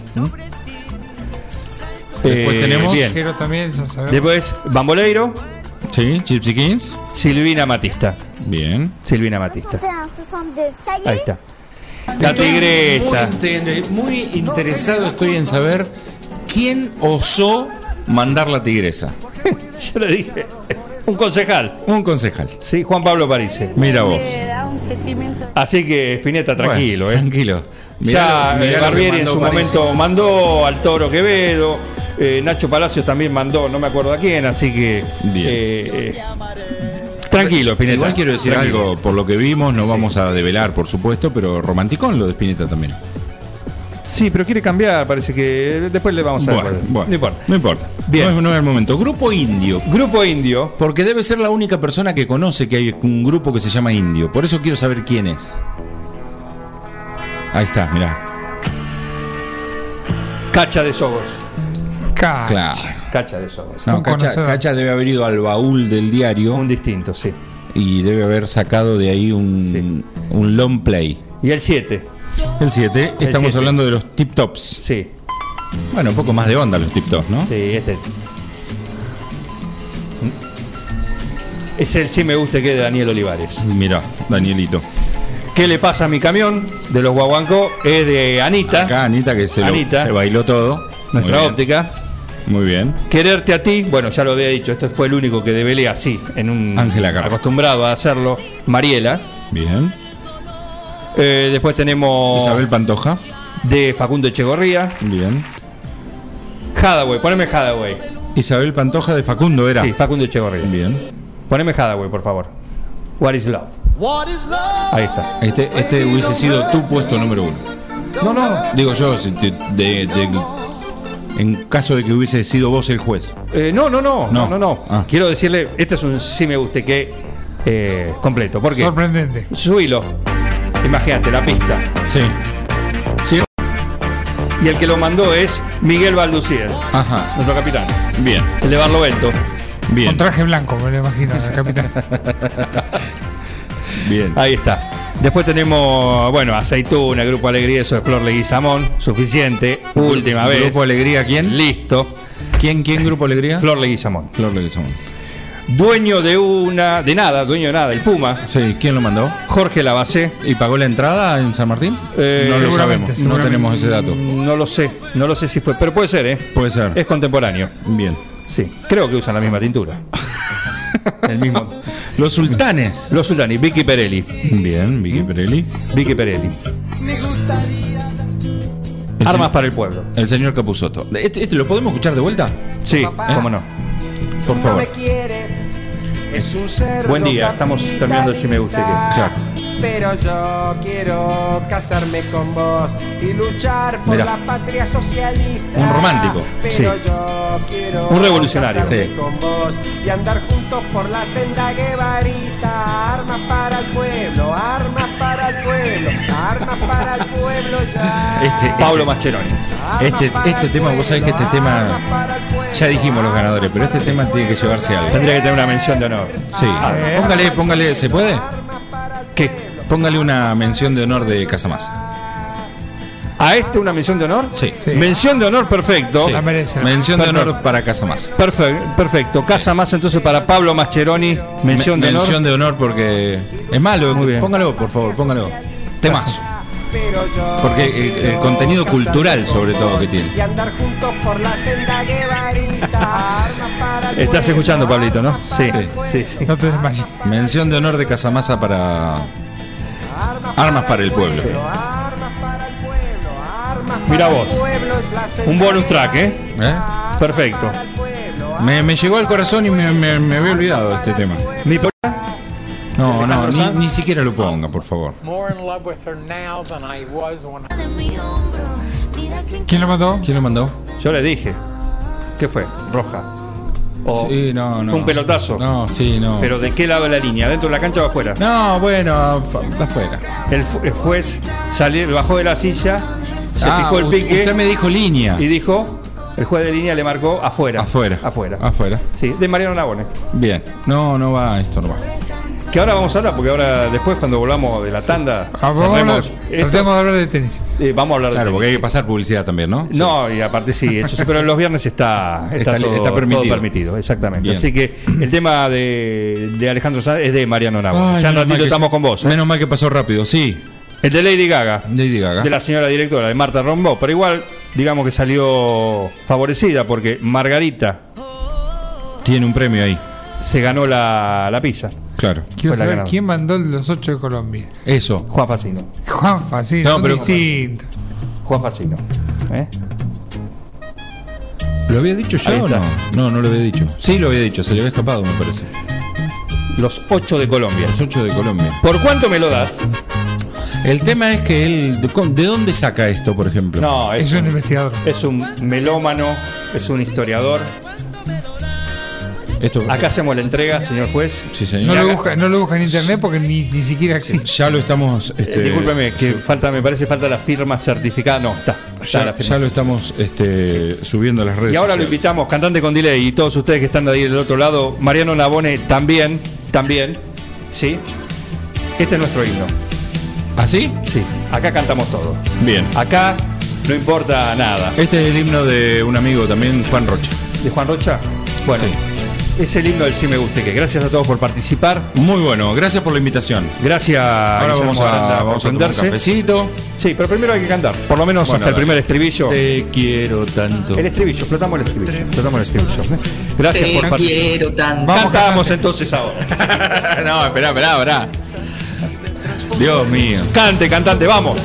D: Eh,
F: Después tenemos.
D: bien.
G: Quiero también, ya sabemos.
D: Después, Bamboleiro,
F: Sí, Gypsy Kings.
D: Silvina Matista.
F: Bien.
D: Silvina Matista. Ahí está. La tigresa.
F: Muy, inter- muy interesado estoy en saber quién osó mandar la tigresa.
D: Yo le dije. Un concejal.
F: Un concejal.
D: Sí, Juan Pablo Parise.
F: Mira vos.
D: Así que Spinetta, tranquilo,
F: Bueno,
D: ¿eh?
F: Tranquilo.
D: ya eh, Barbieri en su momento mandó al Toro Quevedo. eh, Nacho Palacios también mandó, no me acuerdo a quién, así que.
F: Bien.
D: eh, eh, tranquilo, Spinetta.
F: Igual quiero decir
D: tranquilo.
F: algo, por lo que vimos, no vamos a develar, por supuesto, pero romanticón lo de Spinetta también.
D: Sí, pero quiere cambiar, parece que. Después le vamos a
F: Bueno,
D: ver.
F: bueno,
D: No importa.
F: No importa.
D: Bien.
F: No, es, no es el momento. Grupo Indio.
D: Grupo Indio.
F: Porque debe ser la única persona que conoce que hay un grupo que se llama Indio. Por eso quiero saber quién es. Ahí está, mirá.
D: Cacha de Sogos.
G: Ca-
F: Claro.
D: Cacha de Sogos.
F: No,
G: Un
F: Cacha,
G: conocedor.
F: Cacha debe haber ido al baúl del diario
D: Un distinto, sí.
F: y debe haber sacado de ahí un, un long play.
D: Y el 7.
F: El 7,
D: El
F: estamos
D: siete.
F: hablando de los tip tops.
D: Sí,
F: Bueno, un poco más de onda los tip tops, ¿no?
D: sí, este. Es el sí me guste que de Daniel Olivares.
F: Mirá, Danielito.
D: ¿Qué le pasa a mi camión? De los Guaguancó es de Anita,
F: Acá Anita que se, lo-
D: Anita.
F: se bailó todo.
D: nuestra
F: Muy bien,
D: óptica.
F: Muy bien.
D: Quererte a ti, bueno, ya lo había dicho, este fue el único que develé así, en un
F: Ángela Carrasco.
D: acostumbrado a hacerlo, Mariela.
F: Bien.
D: Eh, después tenemos.
F: Isabel Pantoja.
D: De Facundo Echegorría.
F: Bien.
D: Hadaway, poneme Hadaway.
F: Isabel Pantoja de Facundo era.
D: Sí, Facundo Echegorría.
F: Ah. Bien.
D: Poneme Hadaway, por favor. What is love? Ahí está.
F: Este, este hubiese sido tu puesto número uno.
D: No, no.
F: Digo yo, si te- de- de- en caso de que hubiese sido vos el juez.
D: Eh, no, no, no, no,
F: No.
D: no, no.
F: Ah.
D: Quiero decirle, este es un sí me guste que eh, completo. ¿Por qué?
G: Sorprendente.
D: Subilo. Imagínate, la pista.
F: Sí. Sí.
D: Y el que lo mandó es Miguel Balducier,
F: Ajá.
D: nuestro capitán.
F: Bien.
D: El de Barlovento.
G: Con
F: Bien.
G: traje blanco, me lo imagino, el capitán.
F: Bien.
D: Ahí está. Después tenemos, bueno, Aceituna, Grupo Alegría, eso de Flor Leguizamón. Suficiente. Última vez.
F: Grupo Alegría, ¿quién?
D: Listo.
F: ¿Quién, quién Grupo Alegría?
D: Flor Leguizamón.
F: Flor Leguizamón.
D: Dueño de una. de nada, dueño de nada, el Puma.
F: Sí, ¿quién lo mandó?
D: Jorge Lavacé.
F: ¿Y pagó la entrada en San Martín?
D: Eh,
F: no lo
G: seguramente,
F: sabemos, no
G: seguramente.
F: tenemos ese dato.
D: No lo sé, no lo sé si fue, pero puede ser, ¿eh?
F: Puede ser.
D: Es contemporáneo.
F: Bien.
D: Sí, creo que usan la misma tintura. El mismo.
F: Los sultanes.
D: Los Sultani, Vicky Perelli.
F: Bien, Vicky Perelli.
D: Vicky Perelli.
F: El
D: Armas
F: señor-
D: para el pueblo.
F: El señor Capusotto. ¿Este, este lo podemos escuchar de vuelta?
D: Sí, cómo no.
F: Por
L: No me
F: favor.
L: quiere, es un cerdo
D: Buen día, estamos terminando el Si Me Guste Que.
F: Claro.
L: Pero yo quiero casarme con vos y luchar por
F: Mirá.
L: la patria socialista.
F: Un romántico,
L: Pero
D: sí. Este,
L: yo quiero
D: Un revolucionario,
L: casarme
F: sí.
L: con vos y andar juntos por la senda guevarita. Armas para el pueblo, armas para el pueblo, armas para el pueblo ya.
D: Eh.
F: Este-
D: Pablo Mascheroni.
F: Este, este tema, vos sabés que este tema. Ya dijimos los ganadores, pero este tema tiene que llevarse algo.
D: Tendría que tener una mención de honor.
F: Sí. Póngale, póngale, ¿se puede?
D: ¿Qué?
F: Póngale una mención de honor de Casamasa.
D: ¿A este una mención de honor?
F: Sí.
G: Sí.
D: Mención de honor, perfecto.
F: Sí.
G: La merece.
F: Mención de
D: Perfecto.
F: honor para Casamasa.
D: Perfecto, perfecto. Casa más entonces para Pablo Mascheroni. Mención
F: Me-
D: de honor.
F: mención de honor porque. Es malo,
D: Muy bien.
F: póngalo, por favor, póngalo. Temazo.
L: Pero yo
F: Porque eh, el, el contenido cultural, sobre todo, que
L: y
F: tiene.
L: andar juntos por la senda guevarita. Armas para el
D: Estás
L: pueblo,
D: escuchando, Pablito, ¿no?
L: armas
D: Sí,
L: para el
D: sí,
L: pueblo,
D: sí.
G: No te desmayes.
F: Mención de honor de Casamasa para.
L: Armas
F: Armas para el pueblo.
L: Armas para el pueblo, armas para
D: Mirá
L: el
D: vos.
L: pueblo, es la senda
D: Un bonus track, ¿eh?
F: ¿Eh?
D: Perfecto.
L: para el pueblo,
F: Me, me llegó al corazón y me, me- me había olvidado de este tema.
D: Mi pro-
F: No, no, ni, ni siquiera lo ponga, por favor.
G: ¿Quién lo mandó?
F: ¿Quién lo mandó?
D: Yo le dije. ¿Qué fue? Roja. O-
F: Sí, no, no.
D: Oh, Fue un pelotazo.
F: No, sí, no.
D: Pero ¿de qué lado de la línea? ¿Dentro de la cancha o afuera?
F: No, bueno, fa- afuera.
D: El, fu- el juez salió, bajó de la silla, se
F: Ah,
D: fijó el
F: u-
D: pique
F: Usted me dijo línea.
D: y dijo, el juez de línea le marcó afuera.
F: Afuera. Ah.
D: Afuera.
F: Afuera.
D: Sí, de Mariano Nabone.
F: Bien. No, no va, esto no va.
D: Que ahora vamos a hablar, porque ahora después cuando volvamos de la tanda,
G: Ah, vamos a hablar-
D: cerremos esto,
G: Tratemos de hablar de tenis.
D: eh, vamos a hablar de
F: Claro,
D: tenis.
F: porque hay que pasar publicidad también, ¿no?
D: No, y aparte sí, eso sí, pero los viernes está, está,
F: Está li-
D: todo,
F: está
D: todo permitido.
F: permitido.
D: exactamente.
F: Bien.
D: Así que el tema de, de Alejandro Sanz es de Mariano Nava.
F: Ay,
D: Ya en
F: menos mal
D: ratito
F: que-
D: estamos con vos. ¿eh?
F: Menos mal que pasó rápido, sí.
D: El de Lady Gaga,
F: Lady Gaga.
D: de la señora directora, de Marta Rombó, pero igual digamos que salió favorecida porque Margarita
F: Tiene un premio ahí.
D: se ganó la, la pizza.
F: Claro.
D: Fue
G: Quiero
D: la
G: saber
D: ganadora.
G: quién mandó los ocho de Colombia.
F: Eso.
D: Juan Facino.
G: Juanfa, sí,
F: No,
G: son
F: pero-
G: distintos.
D: Juan Facino. ¿eh?
F: ¿Lo había dicho yo
D: Ahí
F: o
D: está.
F: no? No, no lo había dicho. Sí, lo había dicho, se le había escapado, me parece.
D: Los ocho de Colombia.
F: Los ocho de Colombia.
D: ¿Por cuánto me lo das?
F: El tema es que él. ¿De con- ¿de dónde saca esto, por ejemplo?
D: No,
G: Es un investigador.
D: es un melómano, es un historiador.
F: Esto,
D: Acá hacemos la entrega, señor juez.
F: Sí,
G: No
F: señor.
G: lo, busca, no lo busca en internet porque ni, ni siquiera existe.
F: Ya lo estamos.
D: Eh,
F: Este,
D: discúlpeme, que falta, me parece falta la firma certificada. No, está. está la
F: Ya,
D: firma.
F: ya lo estamos este, subiendo a las redes
D: y ahora lo
F: sociales.
D: invitamos, cantante con delay, y todos ustedes que están ahí del otro lado, Mariano Nabone también, también, ¿sí? Este es nuestro himno,
F: ¿Así?
D: sí. Acá cantamos todo.
F: ¿Ah, Bien.
D: Acá no importa nada.
F: Este es el himno de un amigo también, Juan Rocha.
D: ¿De Juan Rocha? Bueno, es el himno del Sí Me Guste, que gracias a todos por participar.
F: Muy bueno, gracias por la invitación.
D: Gracias
F: Ahora
D: Guillermo
F: vamos
D: Aranda
F: a,
D: por
F: vamos a tomar un
D: prenderse.
F: cafecito.
D: Sí, pero primero hay que cantar, por lo menos
F: Bueno,
D: hasta el
F: dale.
D: primer estribillo.
F: Te quiero tanto.
D: El estribillo, explotamos el estribillo, explotamos el estribillo. Gracias
I: Te
D: por participar.
I: quiero tanto.
D: Cantamos entonces ahora.
F: no, esperá, esperá, esperá.
D: Dios mío. Cante, cantante, vamos.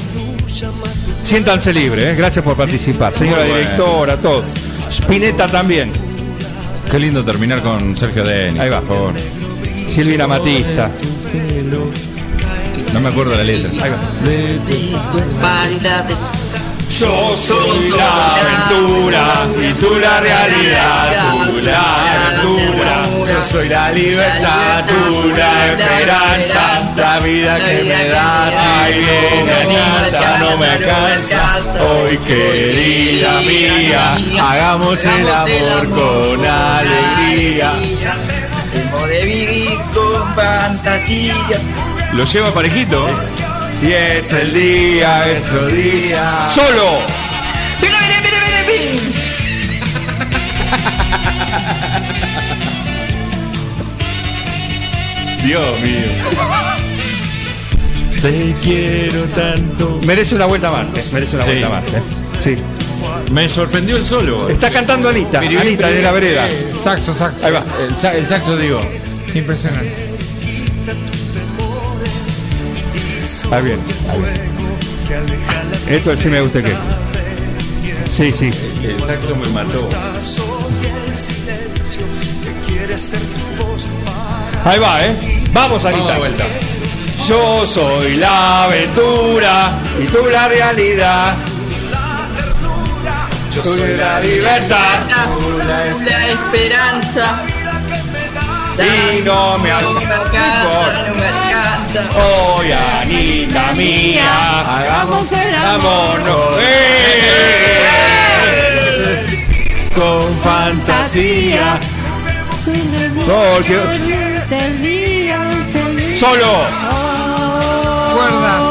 D: Siéntanse libre, ¿eh? gracias por participar. Señora
F: Muy bueno.
D: directora, todos. Spinetta también.
F: Qué lindo terminar con Sergio Denis.
D: Ahí va.
F: Por favor.
D: Silvina Matista.
F: No me acuerdo la letra.
D: Ahí va.
I: Tu espalda de
D: Yo soy la aventura y tú la realidad, tú la natura. Yo soy la libertad, tú la esperanza, la vida que me das. Ay, engañanza, no me alcanza. Hoy, querida mía, hagamos el amor con alegría.
I: Hacemos de vivir con fantasía.
F: Lo lleva parejito.
D: Y es el día, nuestro día. ¡Solo!
I: ¡Mira, mira, mira, mira, mira!
D: Dios mío. Te quiero tanto. Merece una vuelta más, eh, merece una
F: Sí.
D: vuelta más. eh.
F: Me sorprendió el solo.
D: Está cantando Anita,
F: Piribí,
D: Anita de
F: piribí.
D: la vereda.
G: Saxo, saxo.
D: Ahí va.
F: El, sa- el saxo digo.
G: Impresionante.
D: Está bien. Esto sí me gusta que. Sí, sí.
F: El saxo me mató.
D: Ahí va, ¿eh? Vamos, Anita. Yo soy la aventura y tú la realidad. Yo soy la libertad
I: La esperanza.
D: y no me
I: No me
D: alcanza.
I: alcanza, no me alcanza.
D: Hoy, Anita mía, hagamos el amor. no- ¡Eh! Con fantasía. No, que- Solo.
G: Cuerdas.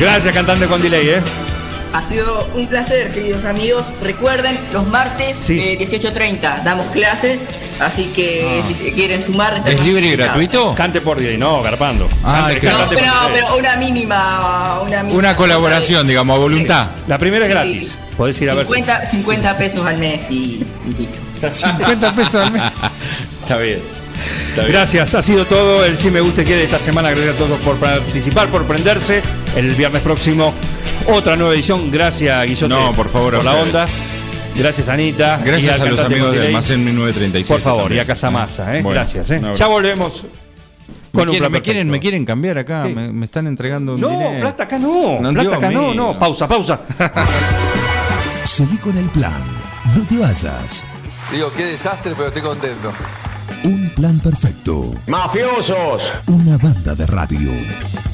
D: Gracias, cantante con delay, ¿eh?
I: Ha sido un placer, queridos amigos. Recuerden, los martes
D: Sí.
I: eh, 18.30 damos clases, así que si se quieren sumar... están invitados.
D: Cante por delay, no, garpando. Cante-
F: qué-
I: No,
D: cante
I: pero,
D: por delay.
I: pero una mínima... Una, mínima
F: Una colaboración, digamos, a voluntad.
D: La primera es
I: Sí,
D: gratis. Podés ir a ver.
I: 50, 50 pesos al mes y, y listo.
G: 50 pesos al mes.
D: Está bien. Gracias, ha sido todo. El Si Me Guste Quede esta semana. Gracias a todos por participar, por prenderse. El viernes próximo, otra nueva edición. Gracias, Guillote.
F: No, por favor, a
D: Por la
F: ustedes.
D: onda. Gracias, Anita.
F: Gracias
D: Y
F: a
D: al
F: los
D: cantante
F: amigos de
D: Monterrey.
F: Almacén 1936.
D: Por favor, y
F: también.
D: a Casamasa. ¿eh?
F: Bueno,
D: Gracias. ¿eh?
F: un abrazo.
D: Ya volvemos.
F: Me
D: con
F: quieren,
D: un plan
F: me, quieren,
D: perfecto.
F: me quieren cambiar acá.
D: Sí.
F: Me, me están entregando un
D: No,
F: dinero.
D: plata acá no.
F: No,
D: plata
F: Dios
D: acá no,
F: mío.
D: no. Pausa, pausa.
A: Seguí con el plan. No te vayas.
B: Digo, qué desastre, pero estoy contento.
A: Un plan perfecto.
C: Mafiosos.
A: Una banda de radio.